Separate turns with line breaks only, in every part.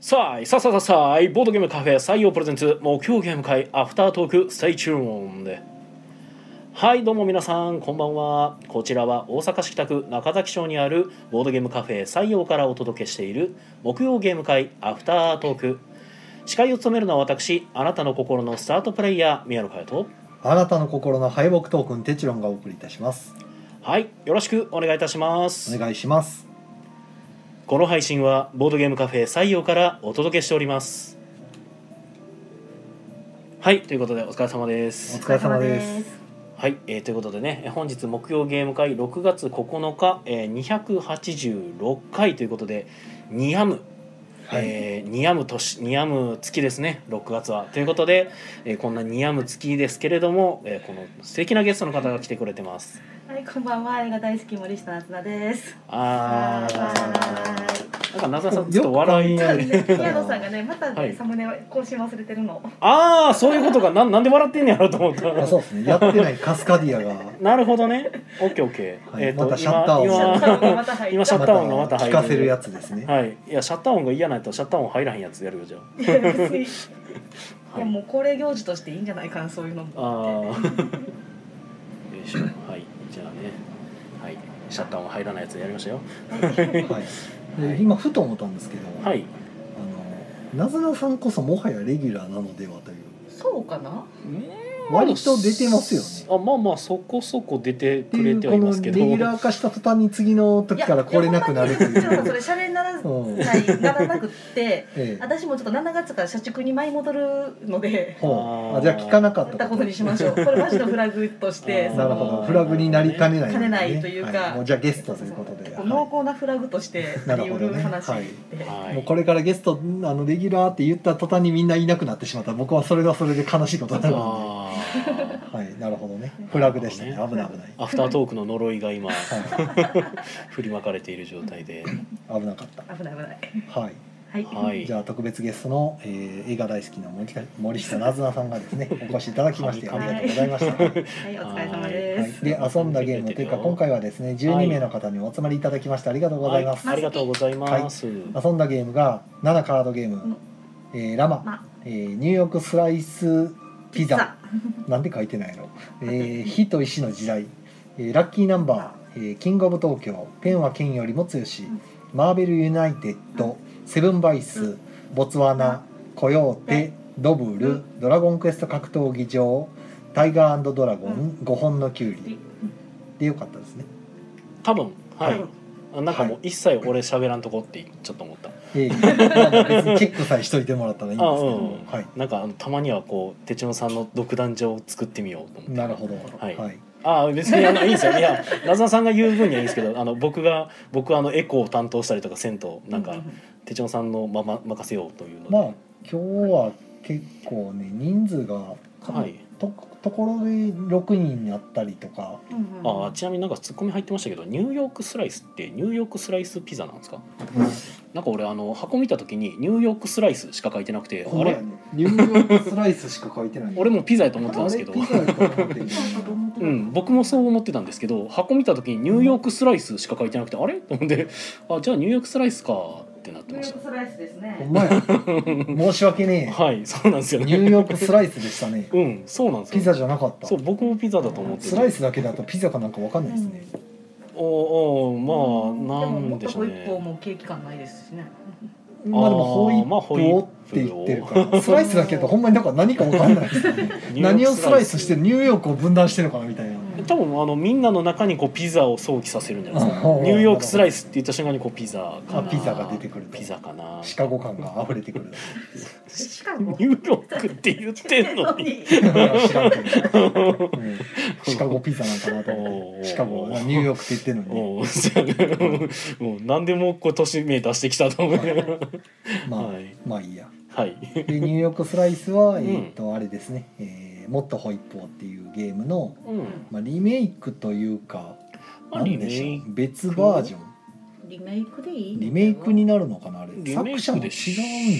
さあいさあさあさあさあいボードゲームカフェ採用プレゼンツ目標ゲーム会アフタートークステイチューンではいどうも皆さんこんばんはこちらは大阪市北区中崎町にあるボードゲームカフェ採用からお届けしている木曜ゲーム会アフタートーク司会を務めるのは私あなたの心のスタートプレイヤー宮野佳代と
あなたの心の敗北トークンテチロンがお送りいたします
はいよろしくお願いいたします
お願いします
この配信はボードゲームカフェ採用からお届けしておりますはいということでお疲れ様で
お
す
疲れ様です
はい、えーということでねえー本日木曜ゲーム会6月9日、えー、286回ということでニヤム
はい、
えー、ニヤム年ニヤム月ですね6月はということで、えーこんなニヤム月ですけれども、えーこの素敵なゲストの方が来てくれてます
はい、こんばんは。映画大好き森下夏菜です。
あーなんか謎々さんちょっと笑い
よく考え
なん
る
で宮野さんがね、また
はい
ね、サムネを更新忘れてるの。
ああそういうことかなんなんで笑ってんねやろと思った
あそうですねやってないカスカディアが
なるほどねオッケーオッケー、
はい
えーと
またシャッター音
シャッター音がまた 入
今
っ
シャ
た。
ッター音がまた入
聞
る
かせるやつですね、
今はいいやシャッター音が嫌ないとシャッター音入らへんやつやるよじゃ
いや別にい
あ、は
や
い、
もう恒例行事としていいんじゃないかな、そういうのも。
ああよいしょはいじゃあねはいシャッター音入らないやつやりましたよ
はい、で今ふと思ったんですけど、
はい
あのなずなさんこそもはやレギュラーなのではという
そうかな。
割と出てますよ
あ
ね
まあまあそこそこ出て
って
く
い
れ
う
てはい
この
ます
レギ
けど
ュラー化した途端に次の時から来れなくなるとい
いやほんまにちょっと
う
それシャレにならな
うんえ
い、ならなくって。
え
私もちょっと7月から社畜に舞い戻るので。
ほう
あー
あじゃあ聞かなか
や
っ
ったたことにしま
し
しょう。これマジのフラグとして
あ、ー
そ
なる
の
ほどフラグになりかねないのでね、
かねないというか
はもうじゃあゲストということで
こう
はい
濃厚なフラグとしてって
なる
い
ほど
う
ね
話
はい
で、
はい
もうこれからゲストあのレギュラーって言った途端にみんないなくなってしまったら僕はそれはそれで悲しいことになるの
あ
ではいなるほどねフラグでしたね危ない危ない、
ーアフタートークの呪いが今
は
振りまかれている状態で
い、危なかっ
危ない危ない。
たはい
はい。
はい
じゃあ特別ゲストの、えー映画大好きな森下森下なずなさんがですねお越しいただきましてあ
はい
りがとうございました、はい、
はい、お疲れ様です。
で遊んだゲームというか今回はですね12名の方にお集まりいただきましてありがとうございます、
はありがとうございます、
遊んだゲームが7カードゲーム、えーラマ、
ま
えーニューヨークスライスピザなんで書いてないの、えー火と石の時代、えーラッキーナンバー、えーキングオブ東京ペンは剣よりも強し、
ん
マーベルユナイテッド、セブンバイス、
うん
ボツワナ、コヨーテ
ね
ドブル、
うん
ドラゴンクエスト格闘技場タイガードラゴン、
う
5本のキュウ
ピ
リでよかったですね、
多分はい、
うん
あなんかもう一切俺喋らんとこってちょっと思った、
えーまあ別にチェックさえしといてもらったらいいん
あ
ですけど、
うん、
はい
なんかあのたまにはこう手帳さんの独壇場を作ってみようと思って
なるほど
はいあ別にあのいいんですよいやなずなさんが言う分にはいいんですけどあの僕が僕はあのエコーを担当したりとかせんとなんか手帳さんのまま任せようというので、
まあ今日は結構ね人数が
はい、
とところで6人になったりとか
うんうん
あちなみになんかツッコミ入ってましたけどニューヨークスライスってニューヨークスライスピザなんですかなんか俺あの箱見た時にニューヨークスライスしか書いてなくてあれ
ニューヨークスライスしか書いてない
俺もピザやと思ってたんですけど
あれピザやと思って
う
る
ん、僕もそう思ってたんですけど箱見た時にニューヨークスライスしか書いてなくて、あれと 思ってあじゃあニューヨークスライスかってなって
ニュ
ま
ーヨ
し
ークスライスです
ほ
ね
ん。まや申し訳ね
たはいそうなんですよ
え
ね
ニューヨークスライスでしたね
うんそうなんですよ
ピザじゃなかった
そう僕もピザだと思ってて
スライスだけだとピザかなんかわかんないですね、
おうおうまあ
でも
な
も
ん
っ
で
と
しょう
一
ね
歩もケーキ感ないですしね。
まあでもホイップ
まあホイッ
をって言ってるからスライスだけだとほんまになんか何かわかんないですよね
ニューヨーク
何をスライスしてニューヨークを分断してるのかなみたいな
多分あのみんなの中にこうピザを想起させるんじゃないですか
うん
ニューヨークスライスって言った瞬間にこうピザかな
あピザが出てくると
ピザかな
シカゴ感が溢れて くる
シカ
ニ
ゴ。
ューヨークって言ってんのに
知らんけど、うんシカゴピザなんかなと
おうお
思っ
う
てシカゴニューヨークって言ってるのに、
おう そうやねもう何でもこう年名出してきたと思う
まあ、
はい
まあいいや
はい
でニューヨークスライスは、
うん
えーっとあれですね、えーもっとホイップを」っていうゲームの、
うん
まあ、リメイクというか、
まあ
なん
リ
で
メイ
しょ
ク
う別バージョン
リメイクでいい？
リメイクに。なるのかなあれ
リメイ
作者
ク
も違
で
うん
し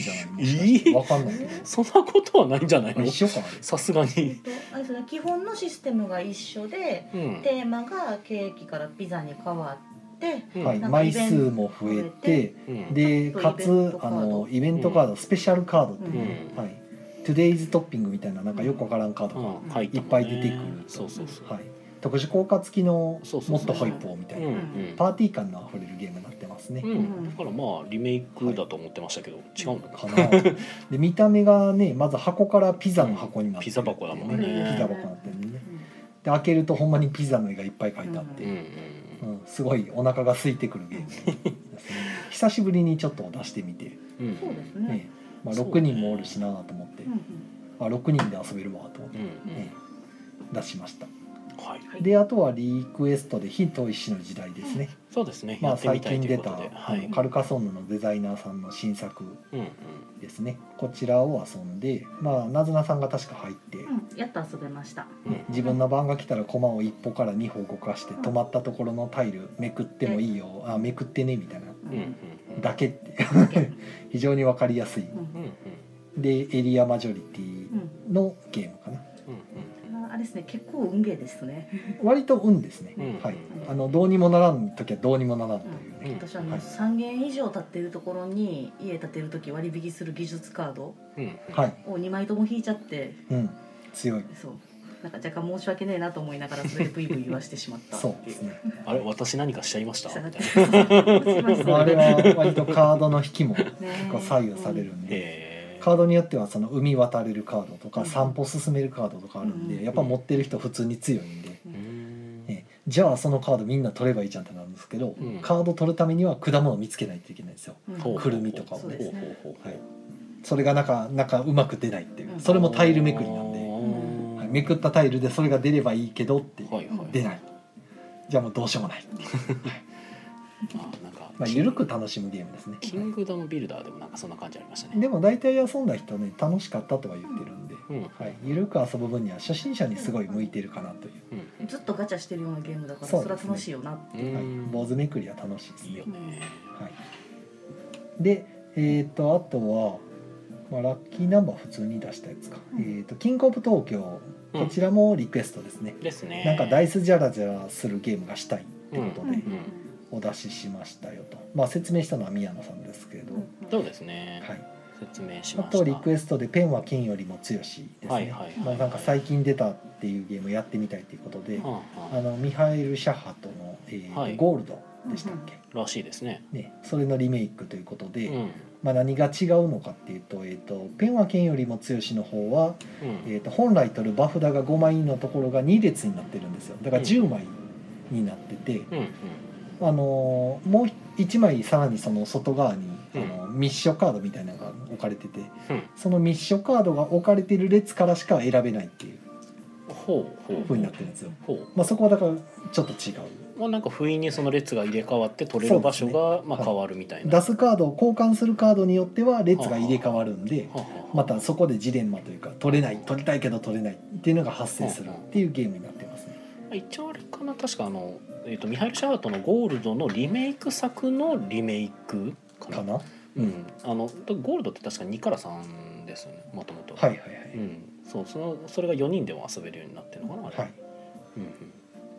じゃないもしかして
えー
わかんないけど、
そんなことはないんじゃない
まあ
の
一緒かあれ
さすが
えっ
に
とあれですね基本のシステムが一緒で、
うん
テーマがケーキからピザに変わっって、
うん
はい、
なんか
枚
イベント
数も増えて
うん
で
ちょ
か
っとイベン
つ
トカード
あのイベントカード、スペシャルカードって
う
いう、
ん
はい、トゥデイズトッピングみたいななんかよくわからんカードが、
うん入たもんね
いっぱい出てくる
そうそうそう、
はい、特殊効果付きの
そうそうそう
もっとホイップをみたいな、
うん
パーティー感のあふれるゲームになってますね、
うん、うん、
うん
だからまあリメイクだと思ってましたけど、違うんだ
かなで見た目がねまず箱からピザの箱になってる
ピザ箱だもん
ね
ピザ箱になってるねで開けるとほんまにピザの絵がいっぱい描いてあって、
うんうん
うんすごいお腹が空いてくるゲームですね久しぶりにちょっと出してみて、
うんうん
そうです
ね
ね
ねまあ、
そうね
6人もおるしなと思って、
うん
あ6人で遊べるわと思っ
う
て、
ん
ね出しました
うんはい
はい
であとはリクエストで「火と石の時代」ですね、
そうですね、
ま
や
あ、
ってみ
最
たいと
近
い
出
うこ
た、
とで、
あ
は
の
い
カルカソンヌのデザイナーさんの新作
うんうん
ですねこちらを遊んでまあなずなさんが確か入って、
うんうんやっと遊べました。
うん
自分の番が来たら駒を一歩から二歩動かして止まったところのタイルめくってもいいよあめくってねみたいな
う
うんうん
ん
うん
だけって
だけ
非常に分かりやすい
うん
うんうん
でエリアマジョリティ
うん
のゲームかな
うん
ああれですね結構運ゲーですね。
割と運ですね、
うん
はいあのどうにもならん時はどうにもならんというね、
私あ
は
の
い
三軒以上建ってるところに家建てるとき割引する技術カード
うんうん
はい
を二枚とも引いちゃって
うん強い
そうなんか若干申し訳ねえなと思いながらそれでブイブイ言わしてしまった。
そうですね
あれ私何かしちゃいました
した
み
がって
たいな
まああれは割とカードの引きも結
ね
構左右されるん
え
で、
ー
カードによってはその海渡れるカードと
う
か
ん
散歩進めるカードとかあるんで、
うん
やっぱ持ってる人普通に強いんで、
う
うんーん
ね、じゃあそのカードみんな取ればいいじゃんってなるんですけど、
うん
カード取るためには果物を見つけないといけないんですよ
うん
ほう
くるみとかをね
そうですねほうほうほう
はいそれがなんかなんかうまく出ないっていう、
うん
それもタイルめくりなんで、
あー
うん
はいめくったタイルでそれが出ればいいけどっていう、
はいはい
出ないじゃあもうどうしようもないっていう、
まあなんか、
まあ、緩く楽しむゲームですね、
キングダムビルダーでもなんかそんな感じありましたね
でも大体遊んだ人ね楽しかったとは言ってるんで、
うんうん
はい、緩く遊ぶ分には初心者にすごい向いてるかなという、
うん
ずっとガチャしてるようなゲームだから
そう
そ
ですね
れは楽しいよなって。
はい
うん、
坊主めくりは楽しいですね
いいよね
はい、でえっ、とあとは、まあ、ラッキーナンバー普通に出したやつか、
うん
えっ、とキングオブ東京
うん
こちらもリクエストですね、
ですね
なんかダイ
好
スジャラジャラするゲームがしたいってこと
う
で、
ん
お出ししましたよと、まあ、説明したのは宮野さんですけど、
そうですね、
はい、
説明し
あ
ました
とリクエストで「ペンは剣よりも強し」ですね、
はいはいはい
まあ、なんか最近出たっていうゲームやってみたいということで、
うんうん
あのミハイル・シャハトの、えー
はい
ゴールド」でしたっけ、
らしいですね
ね、それのリメイクということで、
うんうん
まあ、何が違うのかっていうと,、えー、とペンは剣よりも強しの方は、えー、と本来取る場札が5枚のところが2列になってるんですよだから10枚になってて、
うんうん
あのーもう1枚さらにその外側に、
うん
あの密書カードみたいなのが置かれてて
うん
その密書カードが置かれてる列からしか選べないっていう
ほうほう
ふうになってるんですよ、
ほう
まあ、そこはだからちょっと違う
まあなんか不意にその列が入れ替わって取れる場所が、まあ
はい
変わるみたいな
出すカードを交換するカードによっては列が入れ替わるんで、
はあはあ
またそこでジレンマというか取れない取りたいけど取れないっていうのが発生するっていうゲームになってますね。
一応あれかな確かあの、えー、とミハイル・シャートの「ゴールド」のリメイク作のリメイクかな
かな。はい
うん、あのゴールドって確か2から3ですよねもともと
はいは
う
い。
ん、そうそのそれが4人でも遊べるようになってるのかなあれ、
はい。
うんうん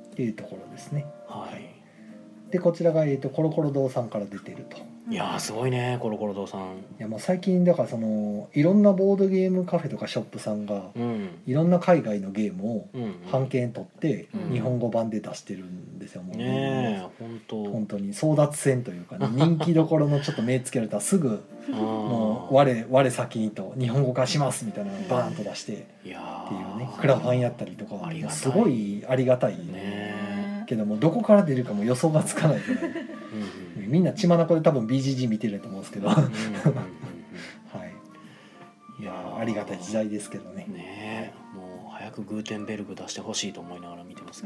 っていうところですね。
はい、
でこちらがえっとコロコロ堂さんから出てると。
いやーすごいねコロコロ堂さん
いやもう最近だからそのいろんなボードゲームカフェとかショップさんが
うん
いろんな海外のゲームを
うんうん
版権取って
うん
日本語版で出してるんですよもう。
ねえ本当
本当に争奪戦という かね人気どころのちょっと目つけられたらすぐもう我我先にと日本語化しますみたいなのをバーンと出して。
いや
っていうねクラファンやったりとか
ありがたい
すごいありがたい、
ねえ、
ね
けどもどこから出るかも予想がつかないぐらい
うんうん
みんな血眼で多分 BGG 見てると思うんですけど、は
うんうん
い、いやーありがたい時代ですけどね
うんねえもう早くグーテンベルグ出してほしいと思いながら見てます
う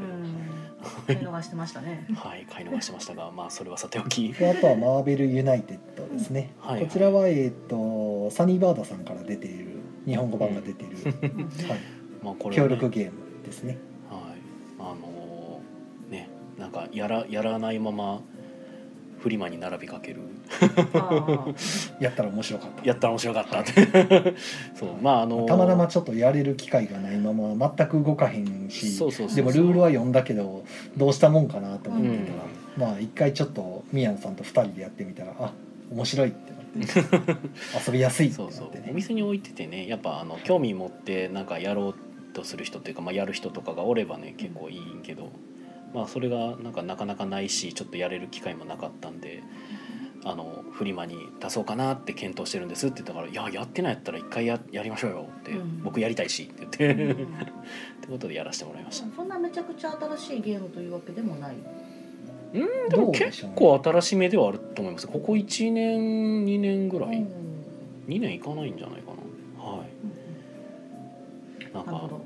けど、
ん見逃してましたね。
はい買い逃してましたがまあそれはさてお き
であとはマーベルユナイテッドですね、
うんはいはい
こちらは、えー、とサニーバードさんから出ている日本語版が出ている、
うん
はい、
まあこれは
協
ね
力ゲームですね
はい、あのーねなんかやらやらないままフリマに並びかける
ああ
やったら面白かった
やったら面白かったって、 そうまああのー
たまたまちょっとやれる機会がないまま全く動かへんし
そうそうそうそう
でもルールは読んだけどどうしたもんかなと
う
思ってたら、
ん
まあ一回ちょっと宮野さんと二人でやってみたらあ面白いってなって遊びやすいって
そ
なっ
うそう
て
お
ね
店に置いててねやっぱあの興味持ってなんかやろうとする人っていうか、まあ、やる人とかがおればね結構いいけど、まあ、それがなんかなかなかないしちょっとやれる機会もなかったんであのフリマに出そうかなって検討してるんですって言ったから「いややってないやったら一回ややりましょうよ」って、
うん
僕やりたいし」って言って、
う
っ
ん
てことでやらせてもらいました。
そんなめちゃくちゃ新しいゲームというわけでもない。
うんでも結構新しめではあると思いますここ1年2年ぐらい、
うん
2年いかないんじゃないかなはいなん
なるほ
か
ど。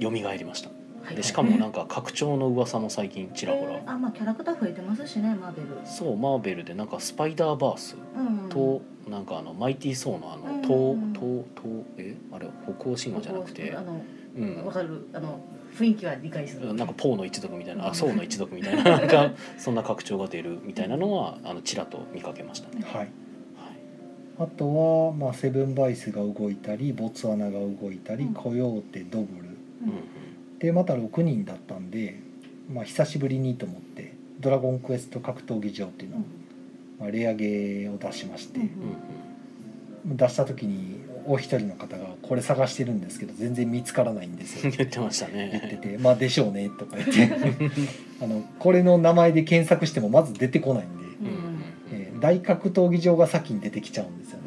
蘇りました
はい
でしかもなんか拡張の噂も最近ちらほ
えー
ら
あまあキャラクター増えてますしねマーベル。
そうマーベルでなんかスパイダーバース
うん。
となんかあのマイティー・ソーのあの
うん
東東東えあれ北欧神話じゃなくて
あの
うん
わかるあの雰囲気は理解する。
なんかポーの一族みたいなあソーの一族みたいななんかそんな拡張が出るみたいなのはあのちらっと見かけましたね、
はい
はい
あとは、まあ、セブンバイスが動いたりボツワナが動いたり、
うん
コヨーテドブ
う
ル
んうん
でまた6人だったんで、まあ、久しぶりにと思って「ドラゴンクエスト格闘技場」っていうのを、まあ、レアゲーを出しまして、
うんうん
出した時にお一人の方が「これ探してるんですけど全然見つからないんですよ」
言ってました
言って
ね。
て「まあでしょうね」とか言って あのこれの名前で検索してもまず出てこないんで、
うん
えー大格闘技場が先に出てきちゃうんですよね。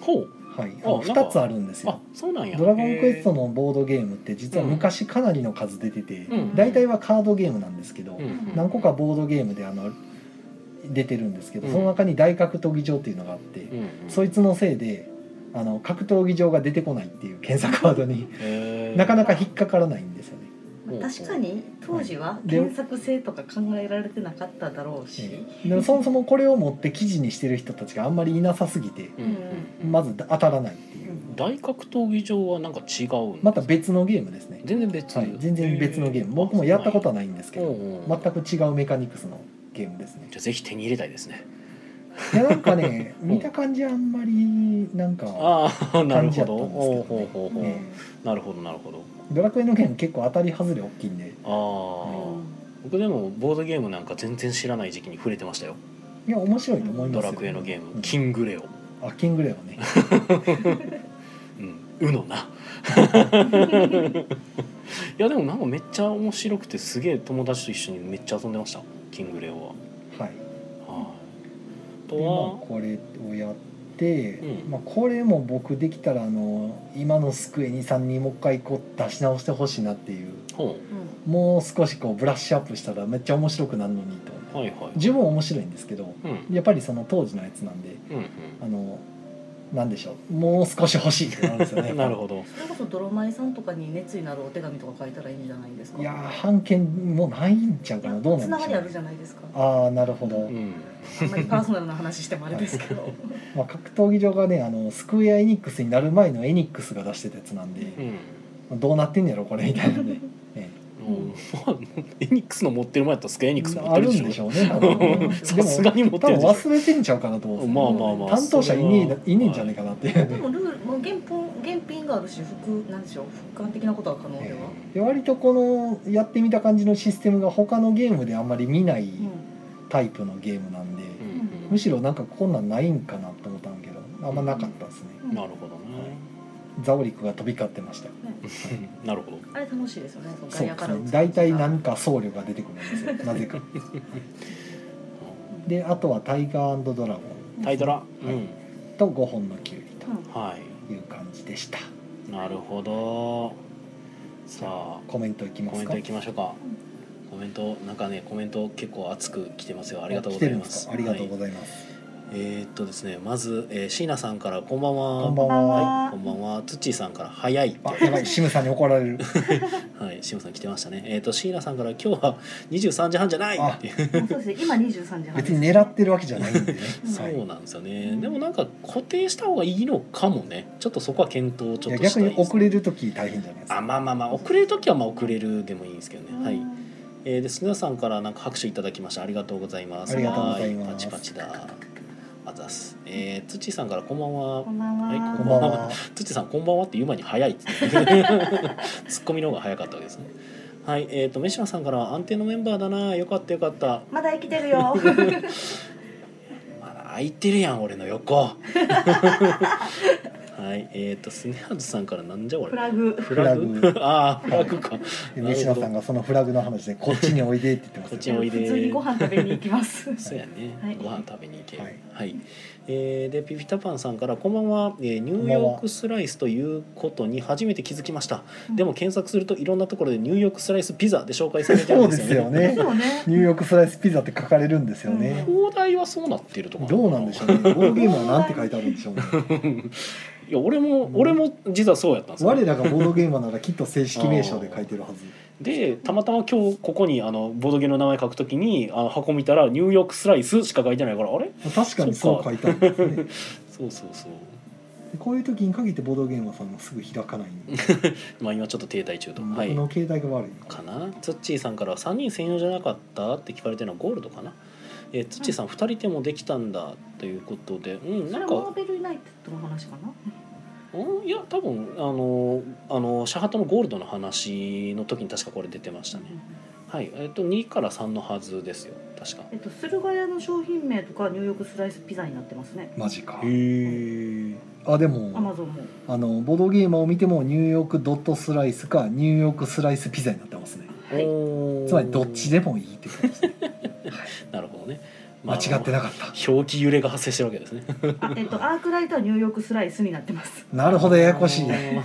ほう。
はい、あの
あなんか
2つあるんです
あ
よ。、
そうなんや。
ドラゴンクエスト
の。
のボードゲームって実は昔かなりの数出てて、
うん
大体はカードゲームなんですけど、
うんうん
何個かボードゲームであの出てるんですけど、
うん
その中に大格闘技場っていうのがあって、
うんうん。
そいつのせいであの格闘技場が出てこないっていう検索ワードに
へー
なかなか引っかからないんですよね。
まあ確かに当時は
で
検索性とか考えられてなかっただろうし、
でもそもそもこれを持って記事にしてる人たちがあんまりいなさすぎて
うんうん
まず当たらないっていううん
大格闘技場はなんか違うん。
また別のゲームですね、
全然別。
はい、全然別のゲーム僕もやったことはないんですけど
全
全く違うメカニクスのゲームですね
じゃあぜひ手に入れたいですね。
いやなん かね
うん
見た感じあんまりなんか
ああ、 なる
感じ
ほ
やった
ど。
んですけど
ほうほ
ね
うほうほう
ね
なるほどなるほど。
ドラクエのゲーム結構当たり外れ大きいんで
うん
ああ。僕でもボードゲームなんか全然知らない時期に触れてましたよ。
いや面白いと思い
ド
ますよ
ラクエのゲー
う
ム、
ん
キングレオ。
あキングレオ ね
うん、うの な。いやでもなんかめっちゃ面白くてすげえ友達と一緒にめっちゃ遊んでましたキングレオは。
はい
はい。あと
でまあ
は、
これをやって、
うん
まあ、これも僕できたらあの今のスクエニさんにもう一回こう出し直してほしいなっていう
ほ
もう少しこうブラッシュアップしたらめっちゃ面白くなるのにと思って
うはいはい。
十分面白いんですけど
うん
やっぱりその当時のやつなんで
うん
あのなんでしょうもう少し欲しいってなるんですよ
う
ね
ん。 なるほど。
それこそ泥前さんとかに熱意のあるお手紙とか書いたらいいんじゃないですか
いやー版権もうないんちゃうかなどうな
つ
ん
な
で
が
し
り
ょ
あ
う、
るじゃないですか
ああなるほど、
うん。
あんまりパーソナルな話してもあれですけど
まあ、格闘技場がねあのスクエア・エニックスになる前のエニックスが出してたやつなんで、
うん。
まあどうなってんやろこれみた いなねえ
うん、まあエニックスの持ってる前やったらスカエ
え
ニックス持っ
あ
て
る
る
ん
で
で
し
し
ょ。
ょうね多
あるん でしょう
さ
分
すがに持っ
多
てる
分
でしょ。
忘れてんちゃうかなと思うんですよ
まあまあまあ。
担当者いねえいねえんじゃない
か。
かなっていう
で
ね
もルールもう原本原品があるし服なんでしょう服観的なことは可能では、
で割とこのやってみた感じのシステムが他のゲームであんまり見ないタイプのゲームなんで、
うん
むしろなんかこんなんないんかなと思ったんだけどあんまなかったですね、
うん、
なるほどね。
ザオリクが飛び交ってました
なるほど。
あれ楽しいですよねその
そ
外
う
野
で
か
す
ら
ね大体何か僧侶が出てくるんですよ なぜかであとはタイガードラゴ
タイドラ。う
い
ん。
ンと5本のキュウリと
うん
は
いう感じでした
い。なるほど。さあ。
コメントいきま
コメ
す
ン
か
トいきましょうか。コメントなんかねコメント結構熱く来てますよ。ありがとうございます。
来てるんですかありがとう
は
ございます、
いえーっとですねまず、えー、椎名さんからこんばんは。
こんばんは、
はい、こんばんは。つっちーさんから早いって。
あやばいシムさんに怒られ る
はい、しむさん来てましたね。えっ、と、椎名さんから今日は23時半じゃないって いう。
そうですね今23時半です
別に狙ってるわけじゃないんでね
そ
はいう
なんですよね。でもなんか固定した方がいいのかもね。ちょっとそこは検討をち
い
ょっ
や
とした
逆
い
に
です
遅れる時大変じゃないです
あ、
か
まあまあまあ、遅れる時はまあ遅れるでもいいんですけどね。は
う
い。
ん
えー、で、すなさんからなんか拍手いただきました。ありがとうございます。
ありがとうござい
は
ます
パチパチだ。あざっす。えー、つっちーさんからこんばんは
こ。んばんは、
はい
こんばん
まあ
は
つっちーさんこんばんはって言う前に早いって。ツッコミの方が早かったわけですね。はいえっ、と飯野さんから安定のメンバーだなよかったよかった
まだ生きてる よ
まだ空いてるやん俺の横はいえっ、とスネアーズさんからなんじゃこ
フ
れ
ラグ
フラグ
フラ
ああフラグか
で飯野さんがそのフラグの話でこっちにおいでって言って
こっ
ま
ち
す
に
よ
おいで
普通にご飯食べに行きます
そうやね、
はい
ご飯食べに行けるは
はいい、
えーでピピタパンさんから「こんばんは、えーニューヨークスライスということに初めて気づきました、
うん
でも検索するといろんなところで「ニューヨークスライスピザ」で紹介されてる
そ
ん
う
で
ですす
よ
よ
ね
ね
そうね
ニューヨークスライスピザって書かれるんですよね、
放題はそうなってるとか
どうなんでしょうねボードゲームはなんて書いてあるんでしょうね
いや俺も俺も実はそうやったんですよ
我らがボードゲーマーならきっと正式名称で書いてるはず
でたまたま今日ここにあのボードゲームの名前書くときにあの箱見たら「ニューヨークスライス」しか書いてないからあれ
確かにそう書いてあるんですね
そうそうそう
こういう時に限ってボードゲーマーさんもすぐ開かないんで
まあ今ちょっと停滞中と、
僕
はい
の携帯が悪い
かなツッチーさんから「3人専用じゃなかった?」って聞かれてるのはゴールドかな、えー、ツッチーさん2人でもできたんだということでうん
そ
な
れ
ん
モ
か
ーベルユナイテッドの話かな
うんいや多分あのあのシャハトのゴールドの話の時に確かこれ出てましたねはいえっ、と2から3のはずですよ確か
えっと駿河屋の商品名とかニューヨークスライスピザになってますね
マジか
へ
あで
アマ
も
ゾンも
あのボードゲーマーを見てもニューヨークドットスライスかニューヨークスライスピザになってますね
はい
つまりどっちでもいいってこと ですね
なるほどね、
間違って
い
なかった
表記揺れが発生してるわけですね
あえっとアークライトはニューヨークスライスになってます
なるほどややこしいね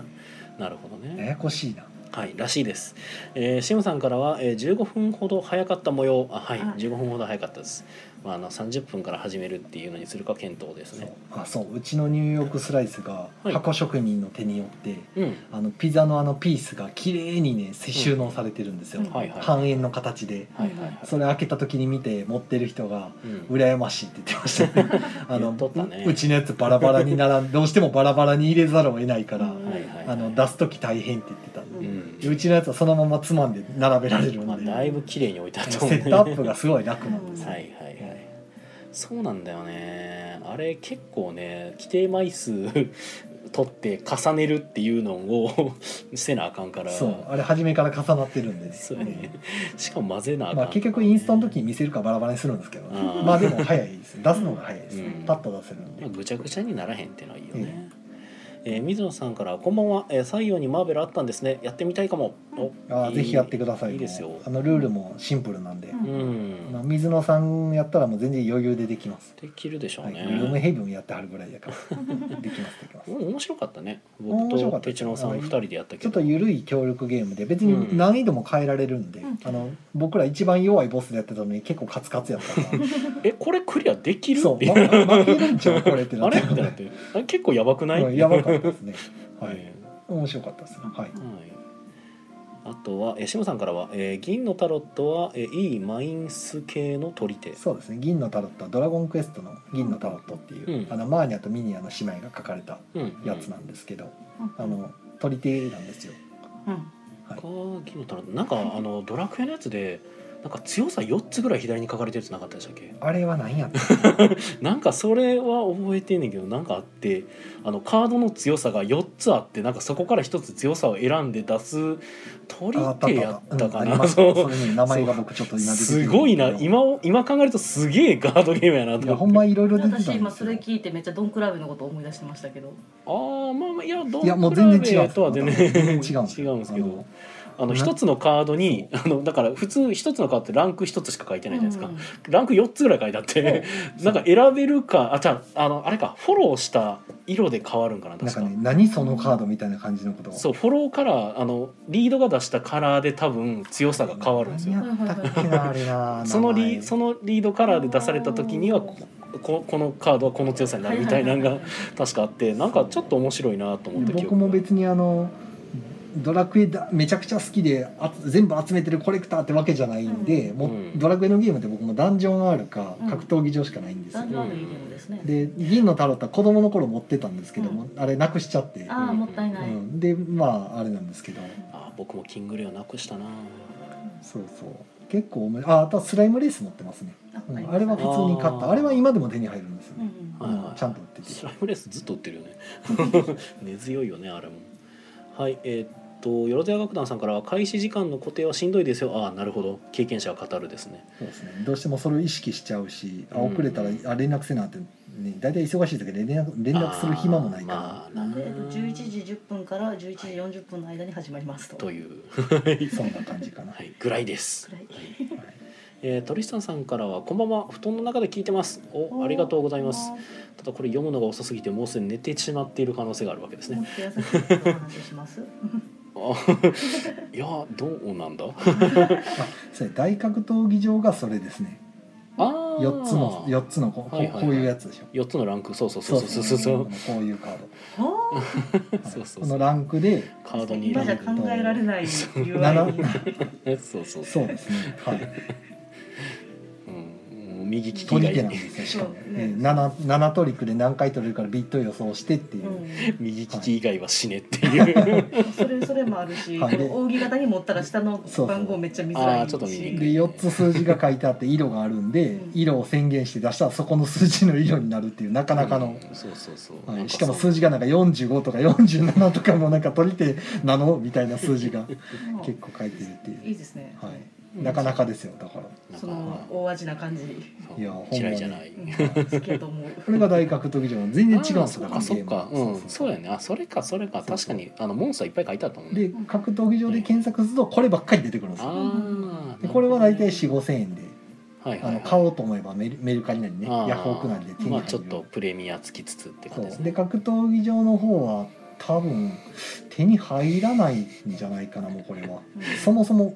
なるほどね
ややこしいな
はい、らしいです。えー、シムさんからは、えー、15分ほど早かった模様。あ、はい、
はい
15分ほど早かったです。まあ、あの30分から始めるっていうのにするか検討です
そう
ね。
あそううちのニューヨークスライスが
はい
箱職人の手によって、
うん、
あのピザのあのピースが綺麗にね収納されてるんですよ、
うん
はいはい
半円の形で
はいはいはい。
それ開けた時に見て持ってる人が
うん、
羨ましいって言ってまし たねあ
言
の
っとったね
ううちのやつバラバラにならんどうしてもバラバラに入れざるを得ないから、
うん
はいはい、はい。
あの出す時大変って言ってたん
う
で、
ん
でうちのやつはそのままつまんで並べられるん
まあ、
で、
だいぶ綺麗に置いた
セ
と思う、ね。
ットアップがすごい楽なんです
は
よ、
いはいはい。そうなんだよね。あれ結構ね、規定枚数取って重ねるっていうのを せなあかんから。
そうあれ初めから重なってるんでね
そうやね。しかも混ぜなあかん、
まあ、結局インストの時に見せるかバラバラにするんですけど、ね、
あー
まあでも早いです出すのが早いですね、
うん
パッと出せるんで、
まあ、ぐちゃぐちゃにならへんっていうのはいいよね、えー水野さんから「こんばんは、えー、採用にマーベルあったんですねやってみたいかも」
ああ
いい
ぜひやってください
いいですよ
あのルールもシンプルなんで、
う
うん
まあ、
ん
水野さんやったらもう全然余裕でできます、
できるでしょう
はい、
ね、
ルームヘイブンやってはるぐらいだから できますできます
うん面白かったね
面
僕
白か
と
った
手
です
知郎さん2人でやった
ち
け
ょっと
ど
緩い協力ゲームで別
う
に
ん
難易度も変えられるんで、
うん
あの僕ら一番弱いボスでやってたのに結構カツカツやったから
えこれクリアできる
そ
っ
う、
てい
ま、
う
負けるんちゃうこれってな
あ
っ
れ
て
みたいになってあ結構やばくない、
うんやばかったですねは
はいい
面白かったですねはい
はい、あとはえー志麻さんからは、えー銀のタロットは、えーいいマインス系の取り手」
そうですね銀のタロットはドラゴンクエストの銀のタロットっていう、
うん
あのマーニャとミニアの姉妹が書かれた
うん
やつなんですけど、
う
あ
ん
の取り手なんですよ
うん
か銀のタロットなんかあのドラクエのやつでなんか強さ4つぐらい左に書かれてるやつなかったでしたっけ
あれは何やった
なんかそれは覚えてんねんけどなんかあってあのカードの強さが4つあってなんかそこから1つ強さを選んで出す取り
ああった
手
あ
や
っ
った
あ
た
うん
か
あり
な、
ました
そ
そうれね名前が僕ちょっと今出てきて
すごいな
るんですけど
今を今考えるとすげえガードゲームやなと
いやほ
思って
んまいろいろ出てたんです
私
よ
今それ聞いてめっちゃドンクラブのこと思い出してましたけど
あーまあまあいやど
いやもう全然違うんです
とはでね
全然違うんです
違うんですけ
あ
ど
の
あの一つのカードにあのだから普通一つのカードってランク一つしか書いてないじゃないですか、
う
ランク4つぐらい書いてあって、 なんか選べるかあじゃああのあれかフォローした色で変わるんかな
なん
確か
かね何そのカードみたいな感じのことを
そうフォローカラーあのリードが出したカラーで多分強さが変わるんですよ
何やったっけなあれな
その
名
リ
前
そのリードカラーで出された時にはこここのカードはこの強さになるみたいなのが確かあってなんかちょっと面白いなと思った記憶
僕も別にあのドラクエだめちゃくちゃ好きであ全部集めてるコレクターってわけじゃないんで、もう
うん
ドラクエのゲームって僕もダンジョン R か
うん
格闘技場しかないんですよ、
ダンジョンアールいいゲームですね
で銀のタロットは子供の頃持ってたんですけども、あれなくしちゃって、
ああもったいな
う
い
ん、でまああれなんですけど
あ僕もキングレオなくしたな
そうそう結構おめああとはスライムレース持ってますね、うんあれは普通に買った
あー
あれは今でも手に入るんですよ
うんう
ね、
ん
はいはい
ちゃんと売ってて
スライムレースずっと売ってるよね根強いよねあれもはいえーっとよろずや楽団さんからは開始時間の固定はしんどいですよああなるほど経験者は語るですね
そうですねどうしてもそれを意識しちゃうしあ
うん
遅れたら、あ連絡せなって、ね、大体忙しい時連絡連絡する暇もないから、
あーまあ
なんで
な
えっと11時10分から11時40分の間に始まりますと。
という、
そんな感じかな、
はい、ぐらいです
くらい
はい
えー、トリスタンさんからは「こんばんは布団の中で聞いてます」おありがとうございます。ただこれ読むのが遅すぎてもうすでに寝てしまっている可能性があるわけです
も
ね
っと優しいことをお話し します。
あいやどうなんだ
あそうや大格闘技場がそれですね
ああ
4つの四つのここ,、
はいはいはい
こういうやつでしょ
4つのランクそうそうそうそうそう
そ
そうう
このこういうカード
あ
はい
そうそうそう
このランクで
カー
あ
ドに
今
ラ
じゃ
ン
考えられない UI に。
7
クそうそうそう、
そうですね はい
うん、もう右利き
取
が
り手
い
なん
な
で
い
すよしかも、
そうね
え七 7, 7トリックで何回取れるからビット予想してっていうう、
ん
右利き以外は死ねっていう、
それそれもあるし、
はい
この扇形に持ったら下の番号めっちゃ見づらいし
そうそうあーちょっと見にく
で
い
4つ数字が書いてあって色があるんで、
うん
色を宣言して出したらそこの数字の色になるっていうなかなかの、
うんそうそうそう、
はい
なん
しかも
そう
数字がなんか45とか47とかもなんか取り手なのみたいな数 字が
うん
結構書いてるってい、
いういですね、
はい、なかなかですよだから
なん
そ
か
の大味な感じ、
そう
いやほんまね
嫌いじゃない、
うん、好きやと思う
これが大格闘技場全然違うんですよだ
あそっか
ゲーム
う
は
んそうやねあそれかそれか
そう
確
そ
か
う
にあのモンスターいっぱい書いてあったもんね
で格闘技場で検索するとこればっかり出てくるんですよ
ああ
でこれは大体4 5千円で
はい
あ
はい
の
はい
買おうと思えばメルメルカリなりね
あー
ヤフオクなりで手に
まあ
入る
ちょっとプレミアつきつつって
そ
感じです
う
ね
で格闘技場の方は多分手に入らないんじゃないかなもうこれはそもそも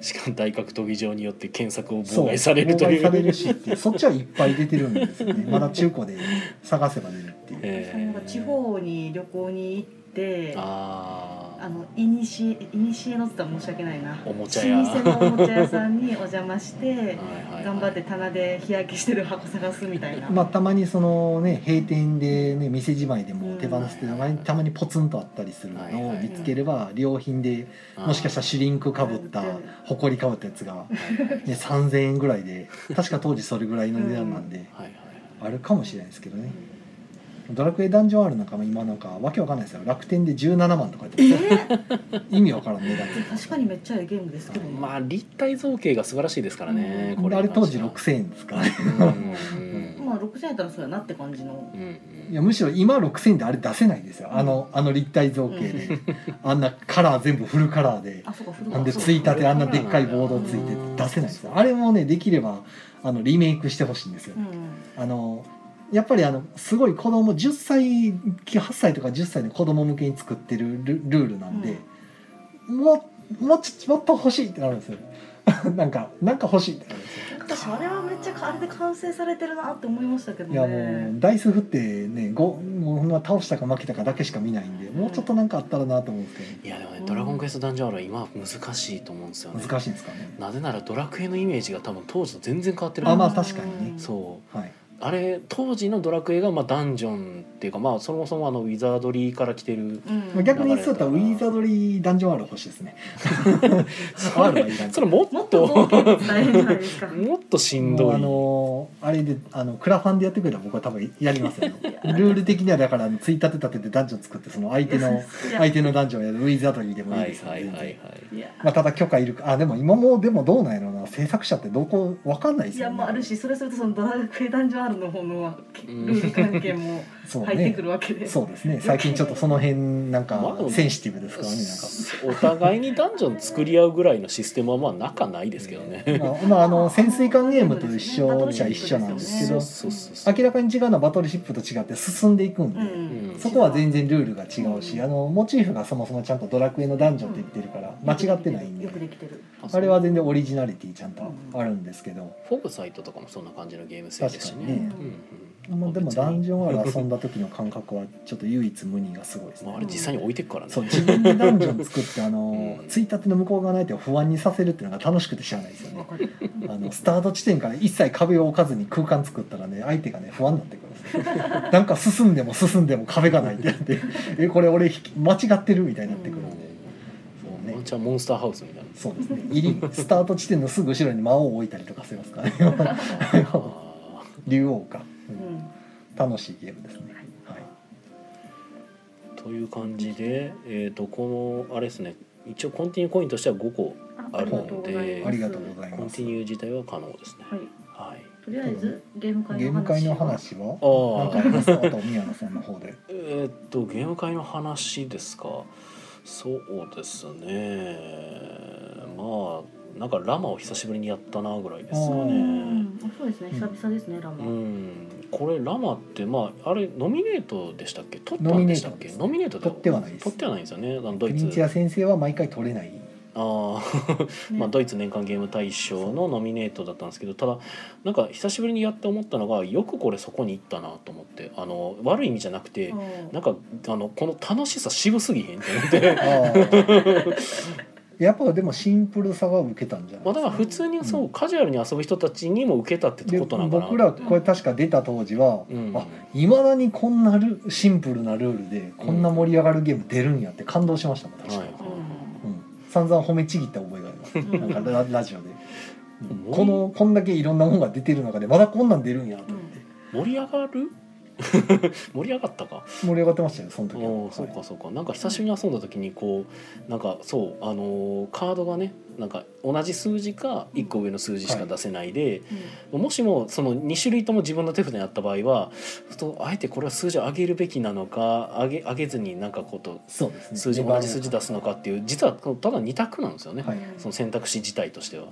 しかも大格闘技場によって検索を
そ
妨
う
害される
妨
とい
害
う
されるしっていうそっちはいっぱい出てるんです よねまだ中古で探せば出るっていう
え
なんか地方に旅行に行ってあ
ああ
のいにしえいにしえのって言ったら申し訳ないな
おもちゃ屋
老舗のおもちゃ屋さんにお邪魔して
はいはいはい
頑張って棚で日焼けしてる箱探すみたいな、
まあたまにそのね閉店でね店じまいでも手放すってたまにたまにポツンとあったりするのを見つければ良品でもしかしたらシュリンクかぶったほこりかぶったやつが、ね、3,000円ぐらいで確か当時それぐらいの値段なんで、
はいはい
あるかもしれないですけどねドラクエダンジョン R なんかも今なんかわけわかんないですよ楽天で17万とか
え
言って
ー、
ます意味わからん値段
確かにめっちゃええゲームですけど、ね
まあ立体造形が素晴らしいですからね
う
これ
あれ当時6,000円ですからね
うん
まあ6000円やったらそうやなって感じの
うん
い
うん
やむしろ今6,000円であれ出せないですよ
うん
あのあの立体造形であんなカラー全部フルカラーで
あそうか古
な
川
んで
そうか
ついたてあんなでっかいボードついて出せないですよあれもねできればあのリメイクしてほしいんですよ
うん
あのやっぱりあのすごい子供10歳8歳とか10歳の子供向けに作ってるルルールなんで、もうもうちょもっと欲しいってなるんですよ なんかなんか欲しいってなるんですよ
私あれはめっちゃあれで完成されてるなって思いましたけど
い
ね
やもうダイス振ってねごもうほんま倒したか負けたかだけしか見ないんでもうちょっとなんかあったらなと思うんですけ
いやでもね「ドラゴンクエストダンジョン」は今は難しいと思うんですよ
ど
ね
難しいんですかね
なぜならドラクエのイメージが多分当時と全然変わってる
あまあ確かにね
うん
そう
はい
あれ当時のドラクエがまあダンジョンっていうかまあそもそもあのウィザードリーから来てる
うん
逆にそうやったらウィザードリーダンジョン R 欲しいですね R はいらんけど
それも
もっ
っ
と冒
と
険物大変じゃないですか
もっとしん
もう
ど
あ
い
のーあれであのクラファンでやってくれたら僕は多分やりますよ、ルール的にはだからあのついたて立ててダンジョン作ってその相手の
いや
相手のダンジョンやるウィザードリーでもいい
はい
ですよ、
はい
全
はいはい
然
いや
まあ、ただ許可いるかあでも今もでもどうなんやろうな制作者ってどこわかんないで
い
すよ
や
ね
もああるしそれするとそのドラクエダンジョン R の方の
うん
ルール関係も
そう
入ってく
ね
るわけで、
そうですね最近ちょっとその辺なんか
まあ
センシティブですからねなんか。
お互いにダンジョン作り合うぐらいのシステムはまあ仲ないですけどね
まあ、まあ、あの潜水艦ゲームと一緒じゃ一緒なんですけ
そ
ど
うそうそうそう
明らかに違うのはバトルシップと違って進んでいくんで、
うん
うん
そこは全然ルールが違うし、
うん
あのモチーフがそもそもちゃんと「ドラクエのダンジョン」って言ってるから間違ってないんで
よくできてる
あれは全然オリジナリティちゃんとあるんですけど、
フォグサイトとかもそんな感じのゲーム性ですしね
確かにね
うんうん
まあ、でも
別
ダン
に
ジョンを遊んだ時の感覚はちょっと唯一無二がすごいです
ま
ね
あ、あれ実際に置いてくからね
そう自分でダンジョン作ってあの、
うん
ついたての向こう側の相手を不安にさせるっていうのが楽しくてしゃあないです よ
わ
ね
かる
あのスタート地点から一切壁を置かずに空間作ったらね相手がね不安になってくるんですよなんか進んでも進んでも壁がないってなって えこれ俺引き間違ってるみたいになってくるんで、そうね
もうじゃあモンスターハウスみたいな
そうですね入りスタート地点のすぐ後ろに魔王を置いたりとかしますからね
あ
竜王か、う
うんん
楽しいゲームですね、はい、
ーと という感じで、えー、とこのあれですね一応コンティニューコインとしては5個
ありがとうございます
ありがとうござい
コ
ま
ン
す
ティニュー自体は可能ですね。
はい
はい、
とりあえずゲーム会
ゲーム会の話はなんかあ
あ
り
あ
ますあと宮野さんの方で
えーっとゲーム会の話ですかそうですねまあなんかラマを久しぶりにやったなぐらいですか
う
ね
んあそうですね久々ですねラ
う
マ
んこれラマってまああれノミネートでしたっけ取った
ノミ
ん
ネ
で
ー
し
ト
たっ
で
け
す
ノミネートで
取ってはないです
取ってはないんですよねあのド
ベ
イ
ニチ
ツ
ア
あ
先生は毎回取れない
あー まあドイツ年間ゲーム大賞のノミネートだったんですけどただなんか久しぶりにやって思ったのがよくこれそこに行ったなと思ってあの悪い意味じゃなくて、なんかあのこの楽しさ渋すぎへんって思って
やっぱでもシンプルさは受けたんじゃな
まあ
い
だから普通にそう、
うん
カジュアルに遊ぶ人たちにも受けたって
で
ことなのかな
僕らこれ確か出た当時は、
うん
あいまだにこんなルシンプルなルールでこんな盛り上がるゲーム出るんやって感動しましたもん確かに、
はい
うん、散々褒めちぎった覚えがあります
うん
なんか ララジオで、
うん
このこんだけいろんなもんが出てる中でまだこんなん出るんやと思って
盛り上がる 盛り上がったか
盛り上がってましたよその時は、
おーそう
は
かそうかなんか久しぶりに遊んだ時にこうなんかそうあのーカードがねなんか同じ数字か1個上の数字しか出せないで、もしもその2種類とも自分の手札にあった場合はふとあえてこれは数字を上げるべきなのか上げ上げずになんかこと
い、そうですね
数字同じ数字出すのかっていう実はただ2択なんですよね、
はい
その選択肢自体としては。っ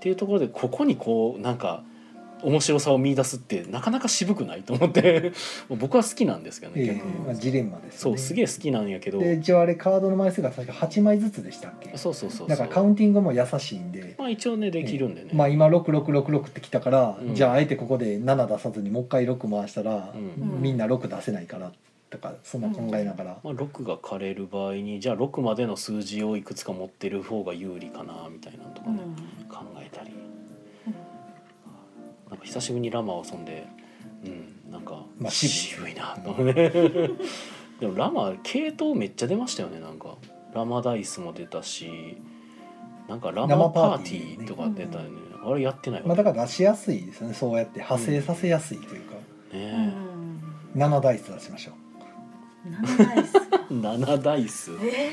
ていうところでここにこうなんか面白さを見出すってなかなか渋くないと思って 僕は好きなんですけどね
ええ
逆に、
まあ、ジレンマです、ね、
そうすげえ好きなんやけど
で一応あれカードの枚数が確か8枚ずつでしたっけ
そうそうそうそう
だからカウンティングも優しいんで、
まあ一応ねできるんでね、
まあ今6666ってきたから、
うん
じゃああえてここで7出さずにもう一回6回したら、
うん
みんな6出せないからとかそんな考えながら、
まあ、6が枯れる場合にじゃあ6までの数字をいくつか持ってる方が有利かなみたいなのとかね、考えたりなんか久しぶりにラマを遊んで、うん、なんか
まあ渋
渋いなと思って、 でもラマ系統めっちゃ出ましたよねなんかラマダイスも出たしなんかラマパーティーとか出たよね、あれやってないわ、
まあ、だから出しやすいですねそうやって派生させやすいというか、
ね
7ダイス出しましょう
7ダイス
7ダイス
え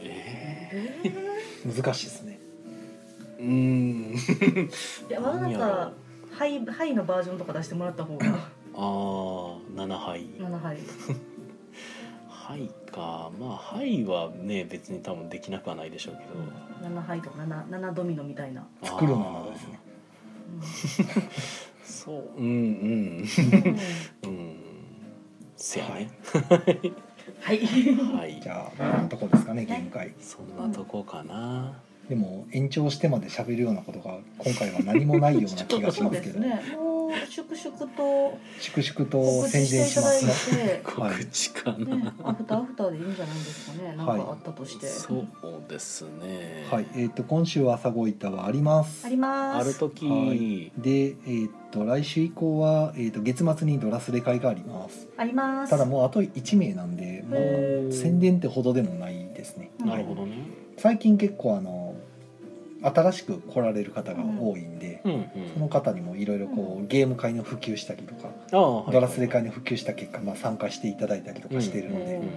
え
え
難しいですね
ー、うーん
いやわざわざハイハイのバージョンとか出してもらった方が
あー7杯
7ハイ
はいかまあはいはね別に多分できなくはないでしょうけど、
7ハイとか 7, 7ドミノみたいな、
作るのがですね
あーそううん
うん
うんうんせやね
はい
はい
じゃあこんなとこですかねゲーム会
そんなとこかな
でも延長してまで喋るようなことが今回は何もないような気がし
そう
ます
で
け
す
ど、
ねもう粛々と
粛々と
告
宣
知して
伝
い
したま
だい
す
て
ね、はい
告知かな、
ね、アフターアフターでいいんじゃないですかねなんかあったとして、
そうですね
はいえっ、と今週は朝ごいたはあります
ありま
ある
す
時、
はいで、えーっと来週以降は、えーっと月末にドラスレ会があります
あります
ただもうあと1名なんでも
へ
う
ー
宣伝ってほどでもないですね
なるほどね
最近結構あの新しく来られる方が多いんで、
うんう
そ
ん
の方にもいろいろこうゲーム会の普及したりとか、
ああ、はい
ドラスレ会の普及した結果、まあ、参加していただいたりとかしてるので、
うんうん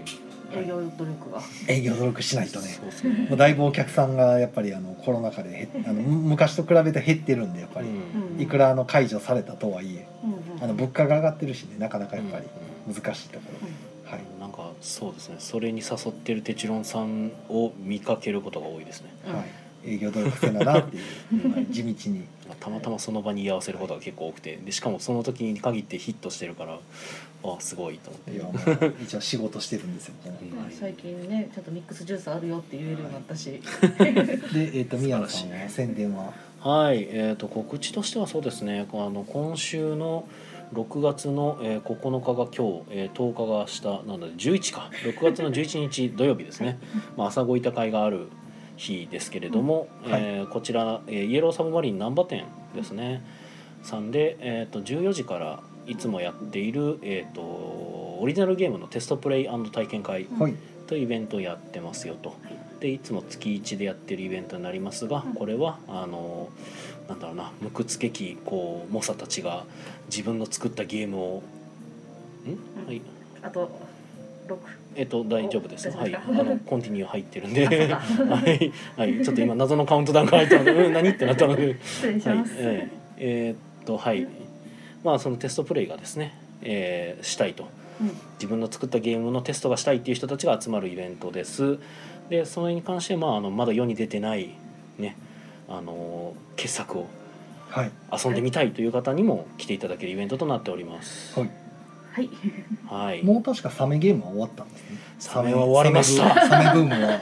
営業努力が
営業努力しないとね
そうですね
もうだいぶお客さんがやっぱりあのコロナ禍で減っあのむ昔と比べて減ってるんでやっぱり、
うん
いくらあの解除されたとはいえ
うんうん
あの物価が上がってるしねなかなかやっぱり
う
難しいところで、はい、
んなんかそうですねそれに誘ってるテチロンさんを見かけることが多いですね
うん
はい、営業努力せななっていう、はい地道に
たまたまその場に居合わせることが結構多くてでしかもその時に限ってヒットしてるからあすごいと思って
いやもう一応仕事してるんですよこの
うん
まあ最近ねちゃんとミックスジュースあるよって言えるようになったし、
で、えっと宮野さん
素晴らしい
の
ね
宣伝は
はい、えー、と告知としてはそうですねあの今週の6月の、えー9日が今日、えー10日が明日なので11か6月の11日 土曜日ですね、まあ、朝ごいた会がある日ですけれども、
うんはい
えーこちら、えーイエローサブマリン難波店ですねさんで、えー、と14時からいつもやっている、えー、とオリジナルゲームのテストプレイ体験会
うん
はい
というイベントをやってますよとでいつも月1でやってるイベントになりますがこれはあのなんだろうなムクつけきこう猛者たちが自分の作ったゲームをん、はい、
あと六。
えっと大丈夫です。
お
はい、あ
大丈夫ですか
のコンティニュー入ってるんで、 はい、はい、ちょっと今謎のカウントダウンが入ったので、うん、何ってなったので、
失礼し
はい
ます。、
えーえーっとはい、まあそのテストプレイがですね、えーしたいと。
うん
自分の作ったゲームのテストがしたいっていう人たちが集まるイベントですでそれに関して、まあ、あのまだ世に出てないねあの傑作を
はい
遊んでみたいという方にも来ていただけるイベントとなっております
はい
はい。
はい終
もう確かサメゲームは終わったんですね
サメは終わりました
サメブームは
わ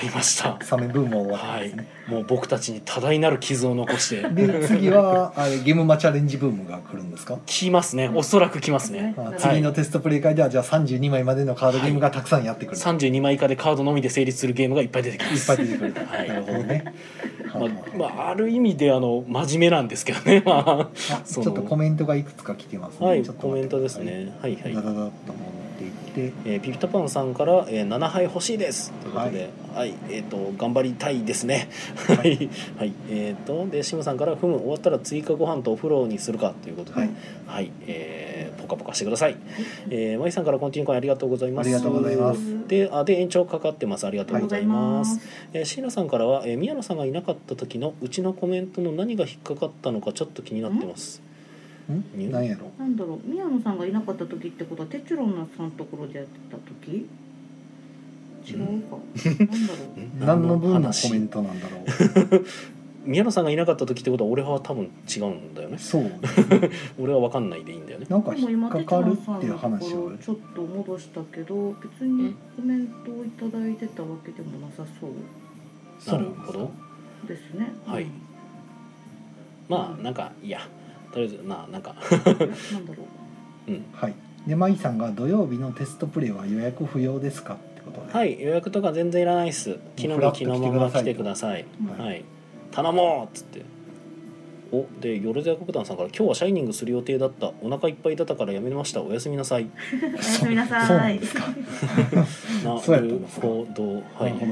りました
サメブームは終わった
は
んです
い
ね、
もう僕たちに多大なる傷を残して
で次はあれゲームマチャレンジブームが来るんですか
来ますねおそらく来ますね
あ
はい
次のテストプレイ会ではじゃあ32枚までのカードゲームがたくさんやってくる、
32枚以下でカードのみで成立するゲームがいっぱい出てき
い、
ま
っぱ
す
い出てくると、
はい
なるほどね、
ま
は
あ
いはい
まあ、ある意味であの真面目なんですけどね、ま
あち
そ
ょ
の
っとコメントがいくつか来てます
あ、
ね、
はい
ちょっと
コメ
待っ
ントで
てくだ
す
さい
ねはいはい
ダダダッと持っていって
えーピピタパンさんから、えー7杯欲しいですということで、はいえー、と頑張りたいですね はい、はいえー、とでシムさんから「ふむ終わったら追加ご飯とお風呂にするか」ということで、は
はい
いえーポカポカしてください、えー、マイさんからコンティニューコインありがとうございます
ありがとうございます
であで延長かかってますありがとうございます、
ありがとうござい
えー、椎名さんからは、えー宮野さんがいなかった時のうちのコメントの何が引っかかったのかちょっと気になってます
ん何やろ
ますなんだろう、宮野さんがいなかった時ってことは、テチロンさんのところでやってた時。違うか。なんだろう。
ん
何の分の
話
コメントなんだろ
宮野さんがいなかった時ってことは俺は多分違うんだよね
うそう
俺は分かんないでいいんだよね
なんか
でも
引
今
っか
テチ
か
ロ
る
ンさ
っ
ん
ていう
のと
話
こ
を
ろちょっと戻したけど別にコメントをいただいてたわけでもなさそう
なるほど
ですね。
はい
うん
まあなんかいいやとりあえずまあなんか
なんだろう。
うん
はいでマイさんが「土曜日のテストプレイは予約不要ですか?」ってことで、
はい予約とか全然いらないっす昨日
フラ
の
ッと
昨日まま来てください
さい
はい、頼もうっつっておでヨルゼア国団さんから「今日はシャイニングする予定だったお腹いっぱぱいだったからやめましたおやすみなさい
おやすみなさい。
そうなんですか
な
そうやった
る
んですか
ほどはい
なるほ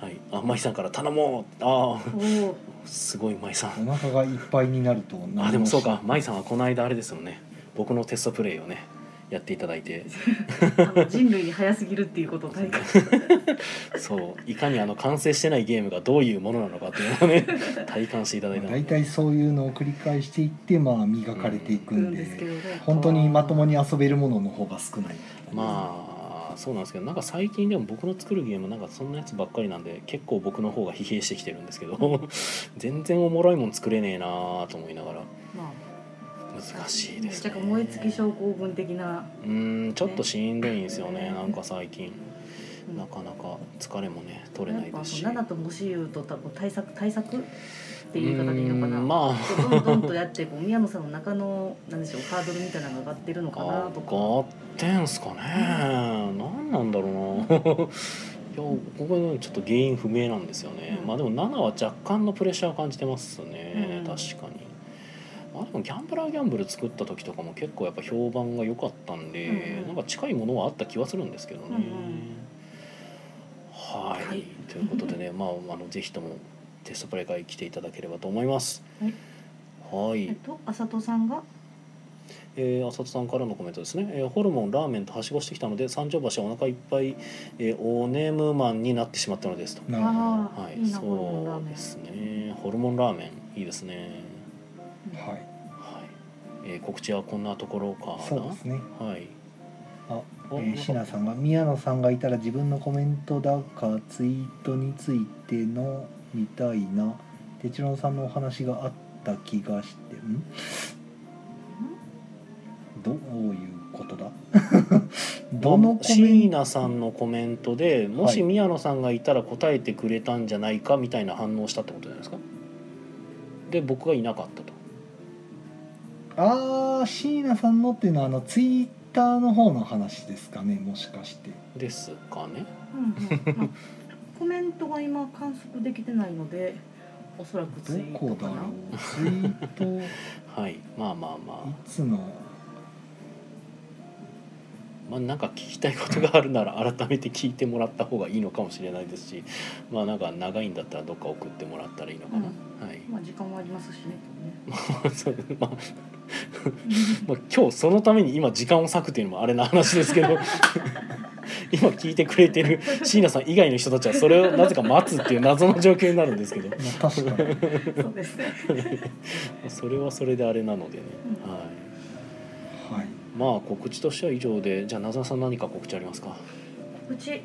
ど
はいあマイさんから「頼もう」ああ
おー
すごいマイさん
お腹がいっぱいになると何も
あでもそうかマイさんはこの間あれですよね僕のテストプレイをねやっていただいて
あの人類に早すぎるっていうことを体感した。
そういかにあの完成してないゲームがどういうものなのかっていうの をね体感していただいたので
大体そういうのを繰り返していってまあ磨かれていく
うん
ん
ですけ
で
どね。
本当にまともに遊べるものの方が少ない
まあそうなんですけどなんか最近でも僕の作るゲームなんかそんなやつばっかりなんで結構僕の方が疲弊してきてるんですけど 全然おもろいもん作れねえなあと思いながら
まあ
難しいですね
若干燃え尽き症候群的な。
うーんちょっとしんどいんですよねなんか最近
うん
なかなか疲れもね取れ
な
なんい
か
です
そ
し
の七ともし言うと多分対策対策っていう言い方でいいのか
うー
な。
んまあ
どんどんとやってこう宮野さんの中のなんでしょうハードルみたいなのが上がってるのかなとか。
上がってんすかね何なん だろうないや僕はねちょっと原因不明なんですよね、
うん
まあでも7は若干のプレッシャーを感じてますね、
うん
確かにまあでもギャンブラーギャンブル作った時とかも結構やっぱ評判が良かったんで、
うんうん
なんか近いものはあった気はするんですけどね、
うんうん
はい、
はい
ということで ねまああのぜひともテストプレイ会来ていただければと思いますはい、
えっと浅戸さんが
えー、浅田さんからのコメントですね、えーホルモンラーメンとはしごしてきたので三条橋はお腹いっぱい、えーおネームマンになってしまったのですと、
なるほ
あ
はい
いいなホルモンラ
そ
ー
う
メン
ですねホルモンラーメンいいですね、
どはい
はいえー告知はこんなところかな
そうですね
はい
あえ
お
ーシナさんが宮野さんがいたら自分のコメントだかツイートについてのみたいなてちろんさんのお話があった気がしてんどういうこと だどのコメ
椎
ント
名さんのコメントでもし
はい
宮野さんがいたら答えてくれたんじゃないかみたいな反応をしたってことじゃないですかで僕がいなかったと
ああ椎名さんのっていうのはあのツイッターの方の話ですかねもしかして
ですかね
うんうんまあコメントが今観測できてないのでおそらくツ
ど
イー
こ
ト
だ
か
ろ
な
うツイートい
はいまあまあまあ
つの
まあ、なんか聞きたいことがあるなら改めて聞いてもらった方がいいのかもしれないですし、まあ、なんか長いんだったらどっか送ってもらったらいいのかな、はい
まあ時間もありますしね。今
まあそう まあ
日ね
まあ、今日そのために今時間を割くというのもあれな話ですけど今聞いてくれてる椎名さん以外の人たちはそれをなぜか待つっていう謎の状況になるんですけど
まあ確かに
そうですね。
それはそれであれなのでね、
うん
はい、
はい
まあ告知としては以上でじゃあなずなさん何か告知ありますか
うち
はい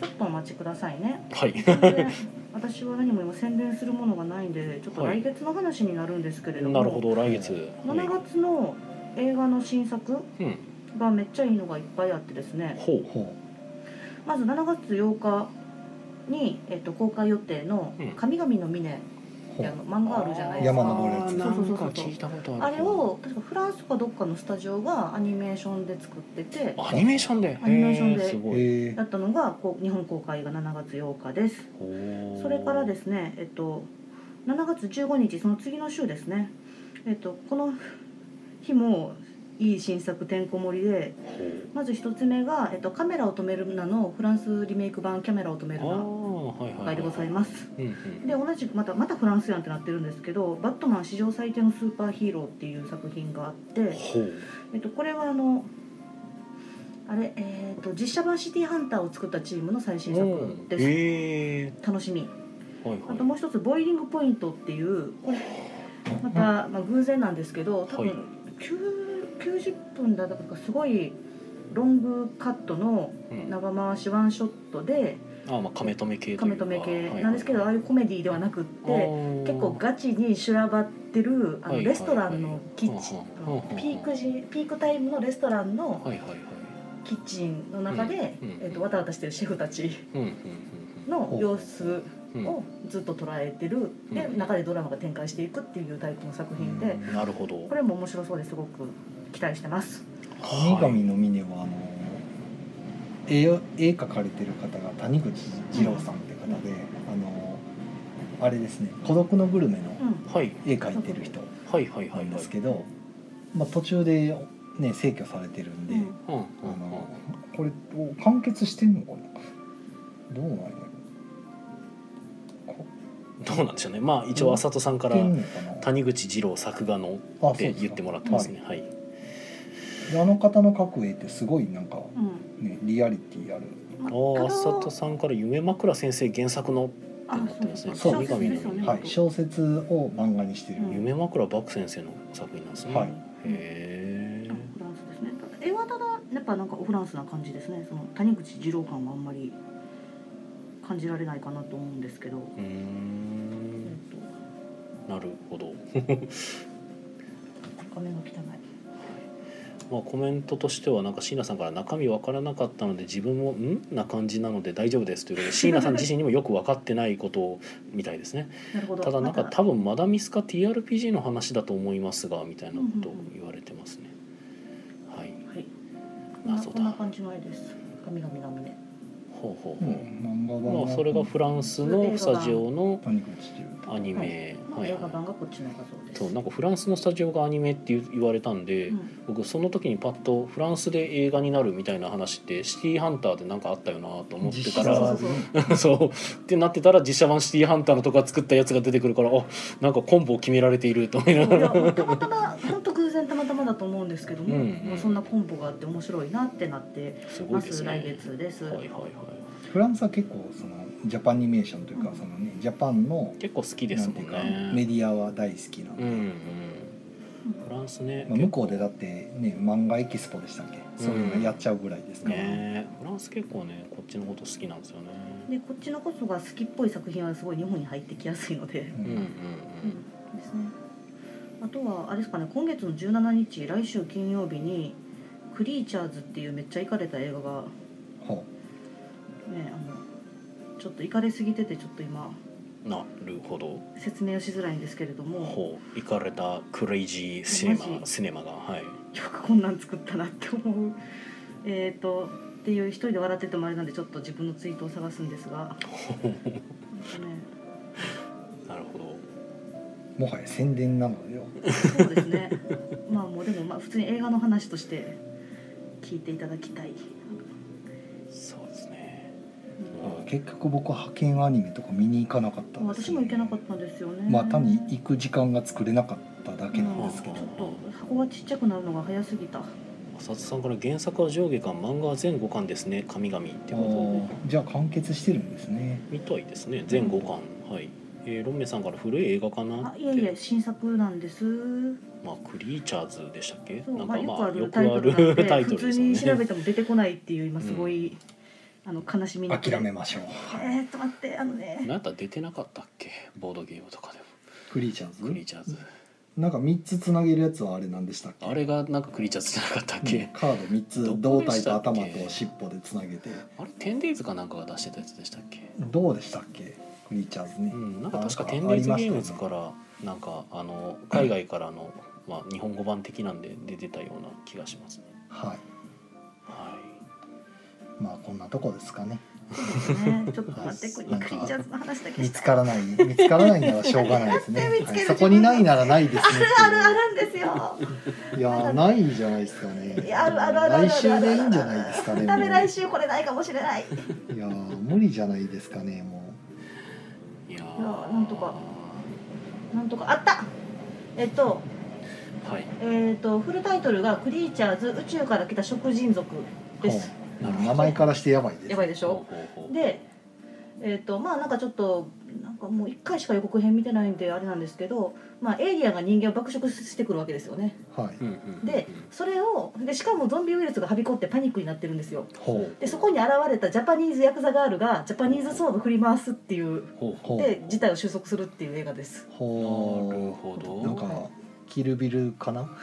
ちょっとお待ちくださいね
はい
全然私は何も今宣伝するものがないんでちょっと
はい
来月の話になるんですけれども、
なるほど来月はい
7月の映画の新作
うん
がめっちゃいいのがいっぱいあってですね
ほう
ほ
まず7月8日に、えっと、公開予定の
うん
「神々の峰」
う
っ
ほ
てあ
う
の漫画あるじゃないです
山
か
登るやつ
あーなんか聞いたことある
あれを確かフランスかどっかのスタジオがアニメーションで作ってて
アニメーションで
アニメーションで
へすごい
え
だったのがこう日本公開が7月8日ですそれからですすね、えっと、7月15日その次の週ですね、えっと、この日もいい新作てんこ盛りでまず一つ目が、えっと「カメラを止めるな」のフランスリメイク版「キャメラを止め
あ
る
あ
な」
はいはい
公開でございます
うんう
で同じくまたまたフランスやんってなってるんですけど「バットマン史上最低のスーパーヒーロー」っていう作品があって
ん、ほう
えっと、これはあのあれ、えっと実写版「シティハンター」を作ったチームの最新作です、
へえ
楽しみ
はい
あ
はい
ともう一つ「ボイリングポイント」っていうこれまた、まあ、偶然なんですけど多
はい
分9 90分だったかすごいロングカットの
うん
長回しワンショットで
あーまあ亀止め系と
カ
い
メ
うか
止め系なんですけど、
はい
ああいうコメディではなくっ
はい
て
あー
結構ガチに修羅場ってるあ
は
の
いはい
レストランのキッチン
は
あ
いはい
のピーク時ピークタイムのレストランの
はいはいはい
キッチンの中で、
うんうん
えっとわたわたしてるシェフたち
うんうん
の様子
うんうん
をずっと捉えてるで
うん
中でドラマが展開していくっていうタイプの作品
う
で
ん
うんなるほど
これも面白そうですごく期待してます
神々の峰はあの絵を絵描かれてる方が谷口二郎さんって方で、あのあれですね「孤独のグルメ」の
うん
はい
絵描いてる人
はいはい
な
はい
ん
は
で
い
すけど、まあ、途中で、ね、逝去されてるんで、
うん
うんうん
あのこれお完結してんのかなどうなんやろ
うんどうなんでしょうねまあ一応浅戸さんから
てんのかな
谷口二郎作画の
あ
って言ってもらってますねはい
そうですかはいあの方の描く絵ってすごいなんか、
うん
ね、リアリティある
ま
あ
あ
ー
ただ
浅戸さんから夢枕先生原作の
あ
ってなってますね
そう
そう
小説ですよね、
はい、小説を漫画にしてる、
うん
夢枕漠先生の作品なんですね
はい
へえ
フランスですねただ絵はただやっぱなんかフランスな感じですねその谷口二郎感はあんまり感じられないかなと思うんですけど、
うー
え
ん
っと
なるほど
画面が汚い
まあ、コメントとしてはなんか椎名さんから中身わからなかったので自分も「ん?」な感じなので大丈夫ですという ことで椎名さん自身にもよく分かってないことをみたい ですね
なるほど
ただなんか
ま
多分マダミスか TRPG の話だと思いますがみたいなことを
うんうんうん
言われてますねはい
はいこんな
謎
こんな
だ
感じの絵です神々の峰
ほうほう
うん
ほ
漫画
う
版
まあそれがフランスのスタジオの
谷口中
アニメ
の
はい
映画
は
版がこっちの画像で
い
す
そうなんかフランスのスタジオがアニメって言われたんで
うん
僕その時にパッとフランスで映画になるみたいな話ってシティーハンターでなんかあったよなと思ってた
実写
ら
版
そうってなってたら実写版シティーハンターのとか作ったやつが出てくるからあなんかコンボを決められていると思いなが
いや
ら
たまたま本当偶然たまたまだと思うんですけども、
うん
まあ、そんなコンボがあって面白いなってなって
すご
ま
いですすね。
来月です、
はいはいはい。
フランスは結構そのジャパニメーションというか、
うん
そのねジャパンの
結構好き
な
で
ん
す
て
も
い
ん
うかメ
ね。
ディアは大好きなん
う
で、
んうん。フランスね。
まあ、向こうでだってね漫画エキスポでしたっけ、そういうのやっちゃうぐらいですから、
ねフランス結構ねこっちのこと好きなんですよね。
でこっちのこそが好きっぽい作品はすごい日本に入ってきやすいので、
う
うんうんうん
ん。
ですねあとはあれですかね今月の17日来週金曜日に「クリーチャーズ」っていうめっちゃイカれた映画が
ほ
ねあのちょっとイカれすぎててちょっと今
なるほど。
説明をしづらいんですけれども
ほう行かれたクレイジーシネ
マ
マ
ジ
シネマがはい。
よくこんなん作ったなって思うえっ、とっていう一人で笑っててもあれなんでちょっと自分のツイートを探すんですが、なんかね、
なるほど。
うもはや宣伝なのよ
そうです ねまあもうでもまあ普通に映画の話として聞いていただきたい
そうですね。
結局僕は派遣アニメとか見に行かなかったんです、
私も行けなかったんですよね
まあ単に行く時間が作れなかっただけなんですけど、
ちょっと箱がちっちゃくなるのが早すぎた
あ浅津さんから原作は上下巻漫画は全5巻ですね神々ってこ
あーじゃあ完結してるんですね
とみたいですね全5巻はい、えー、ロンメイさんから古い映画かなっ
あ
て
いえいえ新作なんです
まあ、クリーチャーズでしたっけ
そう
なん
まあ、
か
よ
ま
くあ
あよくあ
るタイトルなんで
るタイトル
普
で
通
す
に
よ
調べ
ね
ても出てこないっていう今すごい、あの悲しみに
諦めましょう、
えー、っと待ってあのね
なんか出てなかったっけボードゲームとかでも
クリーチャーズ
クリーチャーズ
なんか3つつなげるやつはあれなんでしたっけ
あれがなんかクリーチャーズじゃなかったっ
うん
け、
カード
ど
3つ
こ
胴
でした
体と
っけ
頭と尻尾でつなげて
あれテンデイズかなんかが出してたやつでしたっけ
どうでしたっけクリーチャーズね、
うん、なんか確か
あ
テンデイズ
あ
ゲ
り
ーム
ま
ズ
したね
からなんかあの海外からの、まあ、日本語版的なんで出てたような気がしますね。
はい
は
まあこんなとこですかね
そうで すねちょっと待ってこれ
なん
ク
か
リーチャーズの話だけ
見
し
つ
たい
からない見つからないならしょうがないですね、
見つける
はいそこにないならないですねっていう
あるあるんですよ
いやーないんじゃないですかね
いやあるあるあるあるある
来週でいいんじゃないですかね
ダメ
もう
来週これないかもしれない
いやー無理じゃないですかねも
い、いや
いや
ー
ーなんとかなんとかあったえっと
はい
えっとフルタイトルが「クリーチャーズ宇宙から来た食人族」です
う名前からしてやばいです
やばいでしょ
ほうほうほう
でえっとまあなんかちょっとなんかもう1回しか予告編見てないんであれなんですけど、まあ、エイリアンが人間を爆食してくるわけですよね
はい
うんうんうん
でそれをでしかもゾンビウイルスがはびこってパニックになってるんですよ
ほう
でそこに現れたジャパニーズヤクザガールがジャパニーズソード振り回すっていう
ほうほ
ほう
で事態を収束するっていう映画です
う
ほ
な
う
るほど
なんかキルビルかな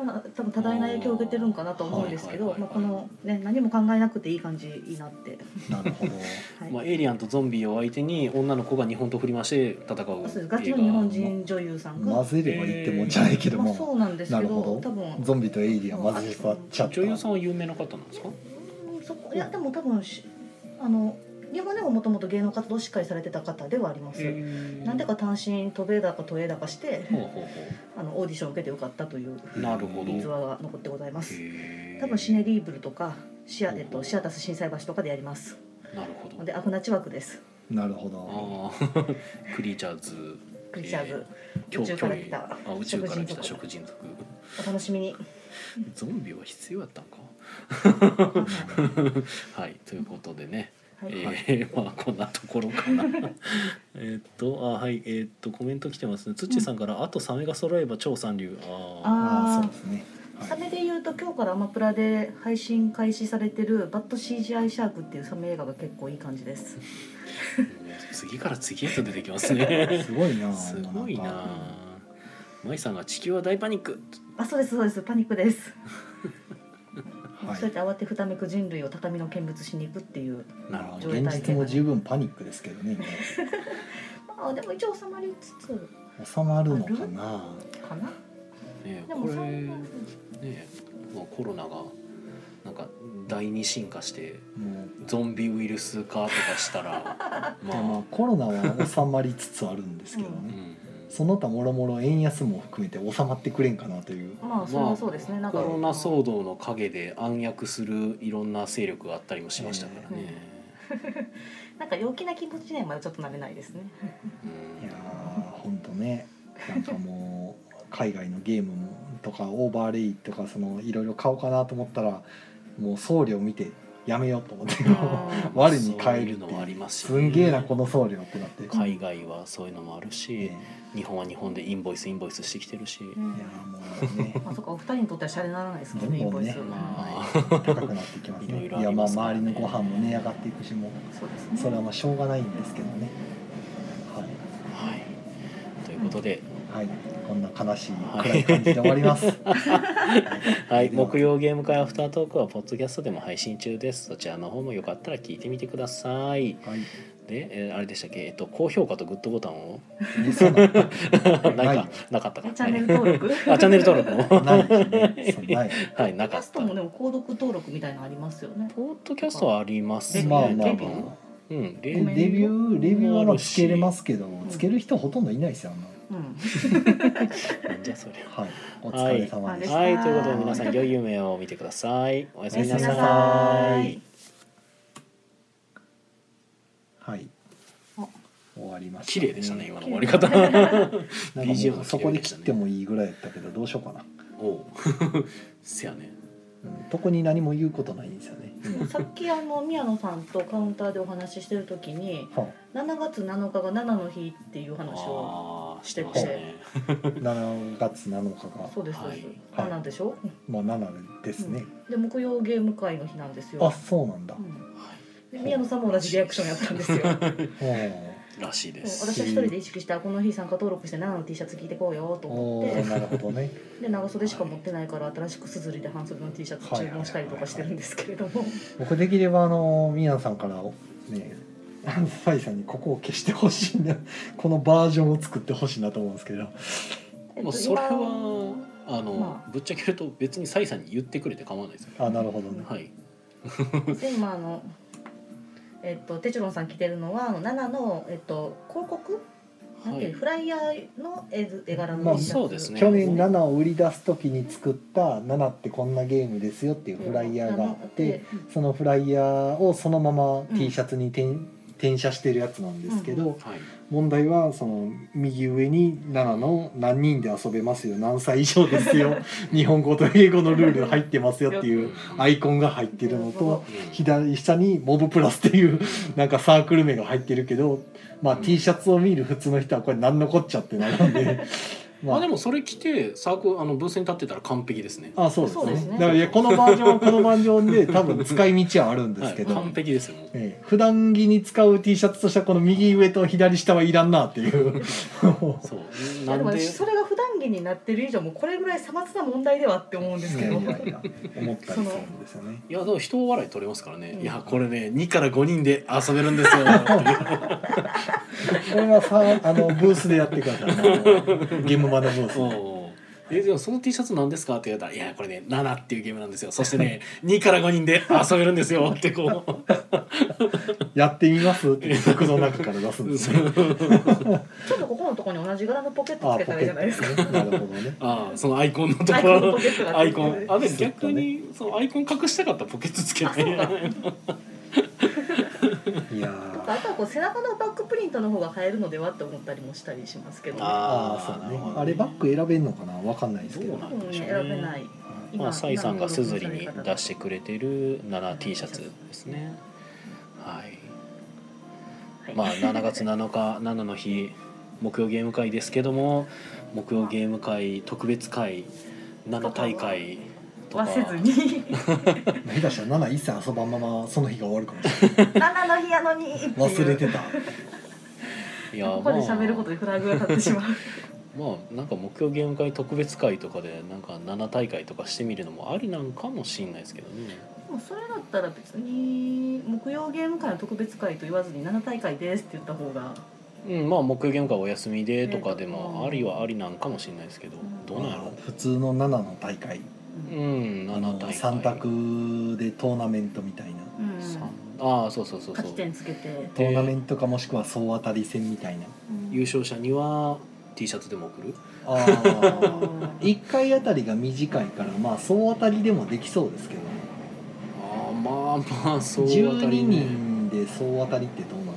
まあ、多分多大な影響を受けてるんかなと思うんです
は
けど
いは
ま
いは
あこ
いはい
の、ね、何も考えなくていい感じいいなって、
なるほど
はい
まあ、エイリアンとゾンビを相手に女の子が日本刀振り回して戦う
そうですガチの日本人女優さんが、
混ぜればいいってもんじゃないけど
まあ、
も、
そうなんですけど
なるほど
多分
ゾンビとエイリアン混ぜちゃっちゃった
女優さんは有名な方なんですか
うんそこいやでも多分しあの日本でももともと芸能活動をしっかりされてた方ではあります、なんでか単身渡米だか渡英だかして
ほうほうほ
あのオーディションを受けて受かったという
うなるほど
逸話が残ってございます
へー
多分シネリーブルとかシア,、
ほうほう
えっと、シアタス心斎橋とかでやります
なるほど
のでアフナチ枠です
なるほど
あークリーチャーズ
クリチャーズ、
今
宇
日
宙から来た
あ宇宙から来た食
食
人族
お楽し みに
ゾンビは必要やったんか
は
はいということでね、
い
えーまあこんなところか なえーっとあはいえーっとコメント来てますね土さんから、あとサメが揃えば超三流あ
あー
あー
そうですね
サ
はい
メで言うと今日からアマプラで配信開始されてる「バッド CGI シャーク」っていうサメ映画が結構いい感じです
ーもう次から次へと出てきます ね
すごいな
すごい
なんか
な舞さんが「地球は大パニック」
あそうですそうですパニックです、
はい
そうやって慌てふためく人類を畳の見物しに行くっていう
なるほど
上映
現実も十分パニックですけどね
まあでも一応収まりつつ
今収まるのかな
かな
ね
で
こ
も
れ
そんな
ねまあコロナがなんか第二進化して
もう
ゾンビウイルス化とかしたらま
で
あ、
まあコロナは収まりつつあるんですけどね、
うん
その他もろもろ円安も含めて収まってくれんかなという
まあそれはそうですね、なん
コ
か
ロナ騒動の陰で暗躍するいろんな勢力があったりもしましたからね。
なんか陽気な気持ちにはまだちょっとなれないですね
うん
いやーほんとねなんかもう海外のゲームとかオーバーレイとかそのいろいろ買おうかなと思ったらもう送料見てやめようと思って我に返るっ
そういう
てい
のもあ
う
りますし
すんげえなこの送料ってなって、
海外はそういうのもあるし
ね、
日本は日本でインボイスインボイスしてきてるし、
いやーもうね
まあそっかお二人にとってはシャレにならないですけどねイ
どん
ン
ど
ボ
ん
イ
ね
ス、
まあ
高くなってきます
い
ね
ろい
い
ろあり
やまあ
ますから
周
ね
りのご飯も値上がっていくしもう
そうですね
それはまあしょうがないんですけどねはい
はい。ということで、
はい、こんな悲しい暗い感じで終わります。
はい、木曜ゲーム会アフタートークはポッドキャストでも配信中です。そちらの方もよかったら聞いてみてください。
はい、
で、えーあれでしたっけ、えっと高評価とグッドボタンを
えそうなん
な
だ ないい
かなかったか。
チャンネル登録
はいあチャンネル登録 も
ないですねそうない。
はいな
キ
か
ャ
っ
スト
た。
もでも購読登録みたいなのありますよね
ポッドキャストはありますね。
え
まあまあ
多
レビ
分
ューうん、
で
レ
ごめん
レビューレビューはつけれますけど、つける人ほとんどいないですよ。あんな
うん
なんじゃそれ。
はい、お疲れ様でした。
はい、ということで皆さん良い夢を見てください。おやすみな
おやすみ
さ
な
さ
い
い。
はい
あ。
終わりました、
綺麗でしたね今の終わり方。
なんかも
BGM
うそこで切ってもいいぐらいやったけどどうしようかな。
おう。せやね。
うん特に何も言うことないんですよね。
そうさっきあの宮野さんとカウンターでお話ししてる時に
は
7月7日が7の日っていう話を
あーしてましたね
あ、7月7日が、
そうですそうです、
はい
7でしょ、
まあ7ですね。
で木曜ゲーム会の日なんですよ
あ、そうなんだ
う。んで宮野さんも同じリアクションやったんですよ
は
らしいで
そ
す
う私は一人で意識したこの日参加登録して7の T シャツ着てこうよと
あ、
思
お
って
ーなるほどね。
で長袖しか持ってないから新しくすずりで半袖の T シャツ注文したりとかしてるんですけれども
僕できればあのミヤンさんからね。アンサイさんにここを消してほしいな このバージョンを作ってほしいなと思うんですけど
えっ
ま
と
あ、それは
今
あの、
ま
ぶっちゃけると別にサイさんに言ってくれて構わないですよ、
あなるほどね
はい
で今あのえっとテチロンさん着てるのはあの7のえっと広告なんていう、フライヤーの絵図絵柄の、
まあ
そうですね
去年7を売り出す時に作った「7ってこんなゲームですよ」っていうフライヤーがあってそのフライヤーをそのまま T シャツに転,、転写してるやつなんですけど、
はい
問題はその右上に「7の何人で遊べますよ何歳以上ですよ日本語と英語のルール入ってますよ」っていうアイコンが入ってるのと。左下にモブプラスっていう なんかサークル名が入ってるけど、まあ、
うん
T シャツを見る普通の人はこれ何のこっちゃってなるんで
まあ、でもそれ着てサークルあのブースに立ってたら完璧ですね
あそうですね
そうですね
だからいやこのバージョンはこのバージョンで多分使い道はあるんですけど、
はい、完璧ですよもう
ええ普段着に使う T シャツとしてはこの右上と左下はいらんなっていう
そう
な
なん
で
ん
も
で
私それが普段着になってる以上もうこれぐらいさまつな問題ではって思うんです
い
け
や
ど
いやいや思ったりするんですよね。
いやでも人笑い取れますからね、
うん
いやこれね2から5人で遊べるんです よは
これはさあのブースでやってくださいあのゲームマのブー
い
スで。
そうえでもその T シャツなんですかって言われたら「いやこれね7っていうゲームなんですよそして ね2から5人で遊べるんですよ」ってこう
やってみますって曲の中から出すんですね。
ちょっとここのところに同じ柄のポケット
あ
つ
ポ
け
ケ
たらいいじゃないで
ッ
す
ト
か。
ね。なるほど ね。
ああそのアイコンのと
アイ
こ
コンの
ろ
ポケットが
アイコンあで
そうだね
逆にそのアイコン隠したかったらポケットつけて
あ
いや
と
ー
かあとはこう背中のバックプリントの方が映えるのではって思ったりもしたりしますけど、多
ああそうね。あれバッグ選べんのかなわかんないですけど。
どうなの
分ね選べない。。
まあ、サイさんがすずりに出しててくれてる 7T シャツですね。はい。
はい
まあ、7月7日、7の 日、木曜ゲーム会ですけども、木曜ゲーム会特別会、7大会とか、
はせずに
下手したら7一切遊ばんままその日が終わるかもしれ
七の日やのにっていう
ない。忘れて た。
いや
ここで喋ることでフラグが立ってしまう
まあ、まあ、なんか木曜ゲーム会特別会とかで、なんか7大会とかしてみるのもありなんかもしれないですけどね。
でもそれだったら別に木曜ゲーム会の特別会と言わずに7大会ですって言った方が
うん、まあ、木曜ゲーム会お休みでとかでも、ありはありなんかもしれないですけど、どうなんやろう。
普通の7の大会。
う
うん
ん、
あ
7大
の
会。
3択でトーナメントみたいな。
三ああそうそうそうそ
勝ち
う
点つけて
トーナメントかもしくは総当たり戦みたいな。
優勝者には T シャツでも送る
あ あ。1回あたりが短いからまあ総当たりでもできそうですけどね。
ああまあまあそう
12
ね
人で総当たりってどうなのか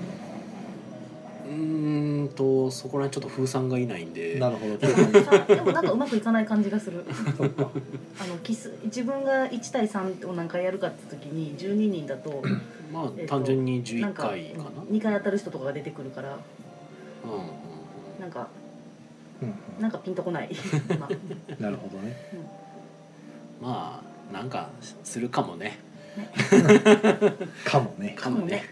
うーんとそこら辺ちょっと風さんがいないんで
な。なるほど。
でもなんかうまくいかない感じがする
そうか
あの奇数自分が1対3を何回やるかって時に12人だと
ま
えっ
あ
と
単純に
な
11
んか
回かな
2回当たる人とかが出てくるから
うんうんうん
なんか
うん
なんかピンとこ ない今
うんなるほどね。
まあなんかするかもね
かもね。
かもね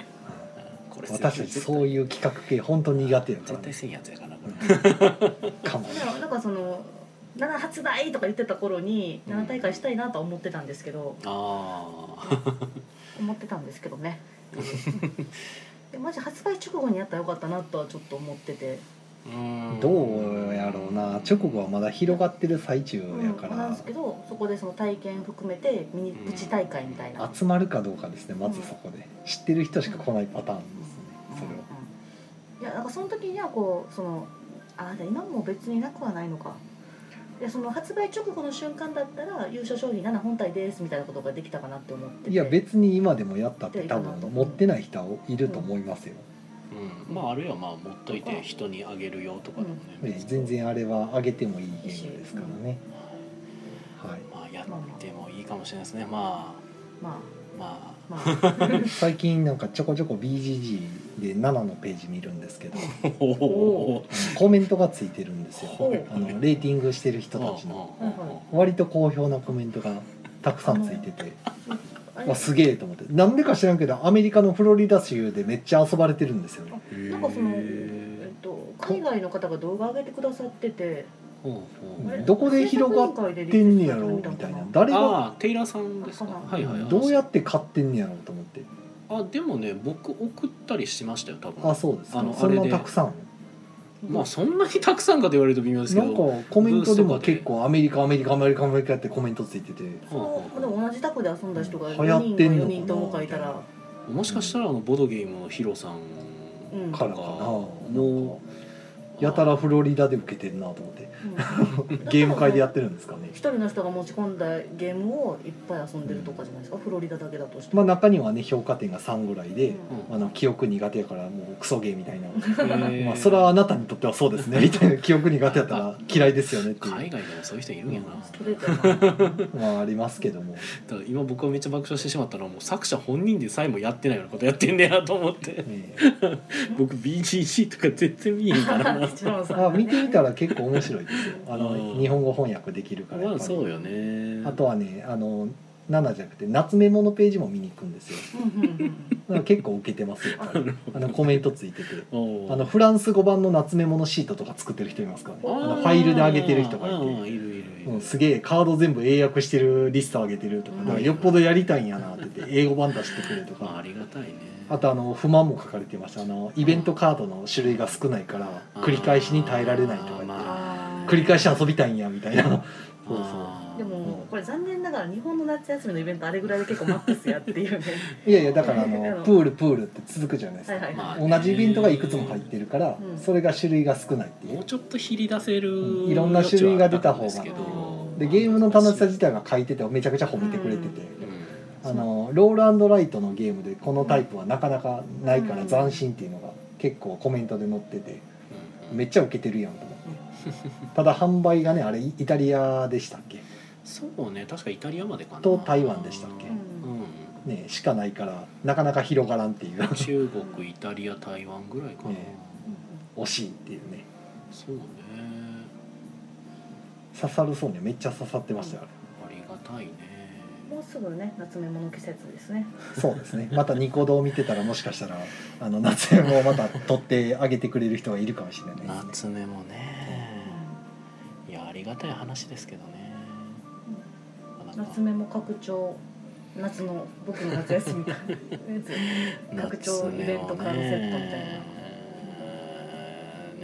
これ
私たち
絶対
そういう企画系本当苦手やから
絶対
ね
せんやつやからこれ
かもね
だからなんかその7発売とか言ってた頃に7大会したいなとは思ってたんですけど、
あ
思ってたんですけ どねでマジ発売直後にやったらよかったなとはちょっと思ってて、
あーん
どうやろうな直後はまだ広がってる最中
う
や
ん、
から、
なんですけどそこでその体験含めてミニプチ大会みたいな、
集まるかどうかですねまずそこで、知ってる人しか来ないパターンですね
いやなんかその時にはこうそのああ今も別になくはないのかいやその発売直後の瞬間だったら優勝商品7本体ですみたいなことができたかなって思っ
そ
て
れ
て
をいや別に今でもやったって多
いやいいかなと
分持ってない人はいると思いますよ、
うんまああるいはまあ持っといて人にあげるよとかでもね
ね全然あれはあげてもいいゲームですからね、はい、
まあ、やってもいいかもしれないですねまあ
ま
ま
あ まあ
最近なんかちょこちょこ BGG で7のページ見るんですけど
あおお
コメントがついてるんですよ
ほう
あのレーティングしてる人たちの
は
割と好評なコメントがたくさんついてて
あ
わ
れ
すげえと思ってなんでか知らんけどアメリカのフロリダ州でめっちゃ遊ばれてるんですよね
なんかその、え
へ
っと、海外の方が動画上げてくださっててあれ
どこで広が
って
ってんねやろみたいな誰が
ああテイラーさんですか
あ
はいはいはい
どうやって買ってんねやろうと思って
あでもね僕送ったりしましたよ多分
あそうです
あ
か
の
そん
あ
な
れで
たくさん
まあそんなにたくさんかと言われると微妙ですけ
な
ど
んかコメントでも結構アメリカアメリカアメリカアメリカってコメントついてて
そのでも同じタコで遊んだ人が
流
4
行っ
人
てんのかな
4人とも書いたら
もしかしたらあのボードゲームのヒロさん
うん
からかな
もう
やたらフロリダで受けてるなと思って
うん
ゲーム会でやってるんですかね
一人の人が持ち込んだゲームをいっぱい遊んでるとかじゃないですか、フロリダだけだとして
まあ
も、
中にはね評価点が3ぐらいで、
う
うん
あの記憶苦手やからもうクソゲーみたいな、
へえ
まあ、それはあなたにとってはそうですねみたいな記憶苦手やったら嫌いですよねっていう
海外でもそういう人いるんやな、
うん
だ
ストレートやな
まああります けども
から今僕がめっちゃ爆笑してしまったのはもう作者本人でさえもやってないようなことやってんねやと思って
ね
僕 BGC とか全然見えへんからな
一番さ
あ見てみ たら結構面白いですよあの、
うん
日本語翻訳できるからやっ
ま
ぱ
あ
り
そうよね
あとはねあの7じゃなくて夏メモのページも見に行くんですよ
うんうんうん
だから結構受けてます よあのコメントついてて
おう
あのフランス語版の夏メモのシートとか作ってる人いますからね
あ
あ
ー
のファイルで上げてる人がい
うん
て
うんいるいるいる、
うん、すげえカード全部英訳してるリスト上げてるとか
うん
だからよっぽどやりたいんやなって 言って英語版出してくれと
まああ
か
りがたいね
あとあの不満も書かれてましたあのイベントカードの種類が少ないから
あー
繰り返しに耐えられないとか言って
まあ
繰り返し遊びたいんやみたいなそうそ
あー
でもこれ残念ながら日本の夏休みのイベントあれぐらいで結構マックスやっていうね
う いやいやだからあ
あの
のプールプールって続くじゃないです
はいは
か
い
まあ
同じイベントがいくつも入ってるから
うん
それが種類が少ないってい
も
う
うちょっと切り出せる、
うんいろんな種類が出た方が
余地はあったんですけど
でゲームの楽しさ自体が書いててめちゃくちゃ褒めてくれてて。あのロールライトのゲームでこのタイプはなかなかないから
うん
斬新っていうのが結構コメントで載ってて
うん
めっちゃウケてるやんと思ってただ販売がねあれイタリアでしたっけ
そうね確かイタリアまでかな
と台湾でしたっけ
うん
ねしかないからなかなか広がらんっていう
中国イタリア台湾ぐらいかな、
ね惜しいっていうね
そうね
刺さるそうねめっちゃ刺さってましたよあ
ありがたいね
もうすぐね夏メモの季節ですね
れそうですねまたニコ動見てたらもしかしたらあの夏山をまた撮ってあげてくれる人がいるかもしれないです
夏
ね
目もねいやありがたい話ですけどねなかなか
夏メモ拡張夏の僕の夏 休み拡張イベント完セットみたいな
ね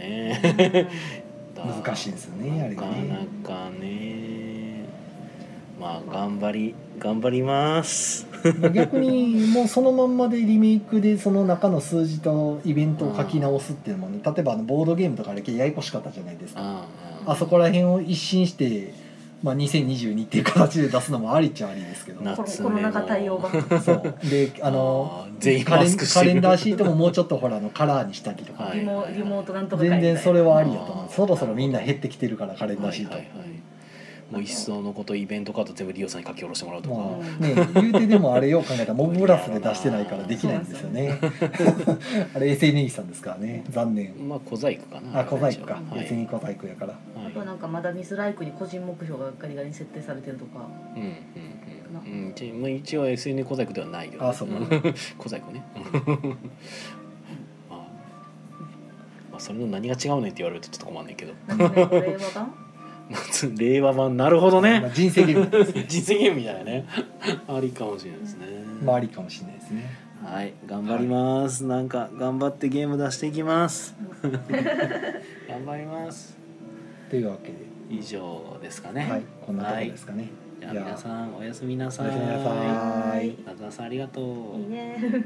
う
え
ん
難しいんですよねあれがね
なかなかねまあ頑張り頑張ります
逆にもうそのまんまでリメイクでその中の数字とイベントを書き直すっていうのもね例えばあのボードゲームとかあれややこしかったじゃないですか
あ
あそこら辺を一新して、まあ、2022っていう形で出すのもありっちゃありですけど
な
コロ
夏メ
コ
モ
ロナ禍対応版
そうで あの
全員
カ
マ
レ
ス
ン
クし
カレ
て
ン
る
ダーシートももうちょっとほらあのカラーにしたりとか、
はい
リモリモートなんとか会みた
全
いな
然それはありやと思
あ
う
ー
そろそろみんな減ってきてるからカレンダーシート、
はいはいはいもう一層のことイベントカード全部リオさんに書き下ろしてもらうとか、
まあね、言うてでもあれよう考えたらモブブラスで出してないからできないんですよね あれ衛星ネギさんですからね残念
まあ小細工かな
あ小細工か
はい
別に小細工やから
は
あ
い
とはなんかまだミスライクに個人目標がガリガリに設定されてる とか
うんうんうんうん一応まあ一応 SN 小細工ではないよ
あそうか
ん小細工 ねまあまあそれの何が違うねんって言われるとちょっと困んねんけど
夏メモ令和版
夏令和版なるほどね
まあ人生ゲームですね
実現みたいなねありかもしれないですね、
まあありかもしれないですね
はい頑張ります、なんか頑張ってゲーム出していき ます頑張ります
というわけで、
以上ですかね、
はい、こんなとこですかね、
じゃあ皆さんおやすみなさ
おやすみなさ
い
い
中田さんありがとう
いいね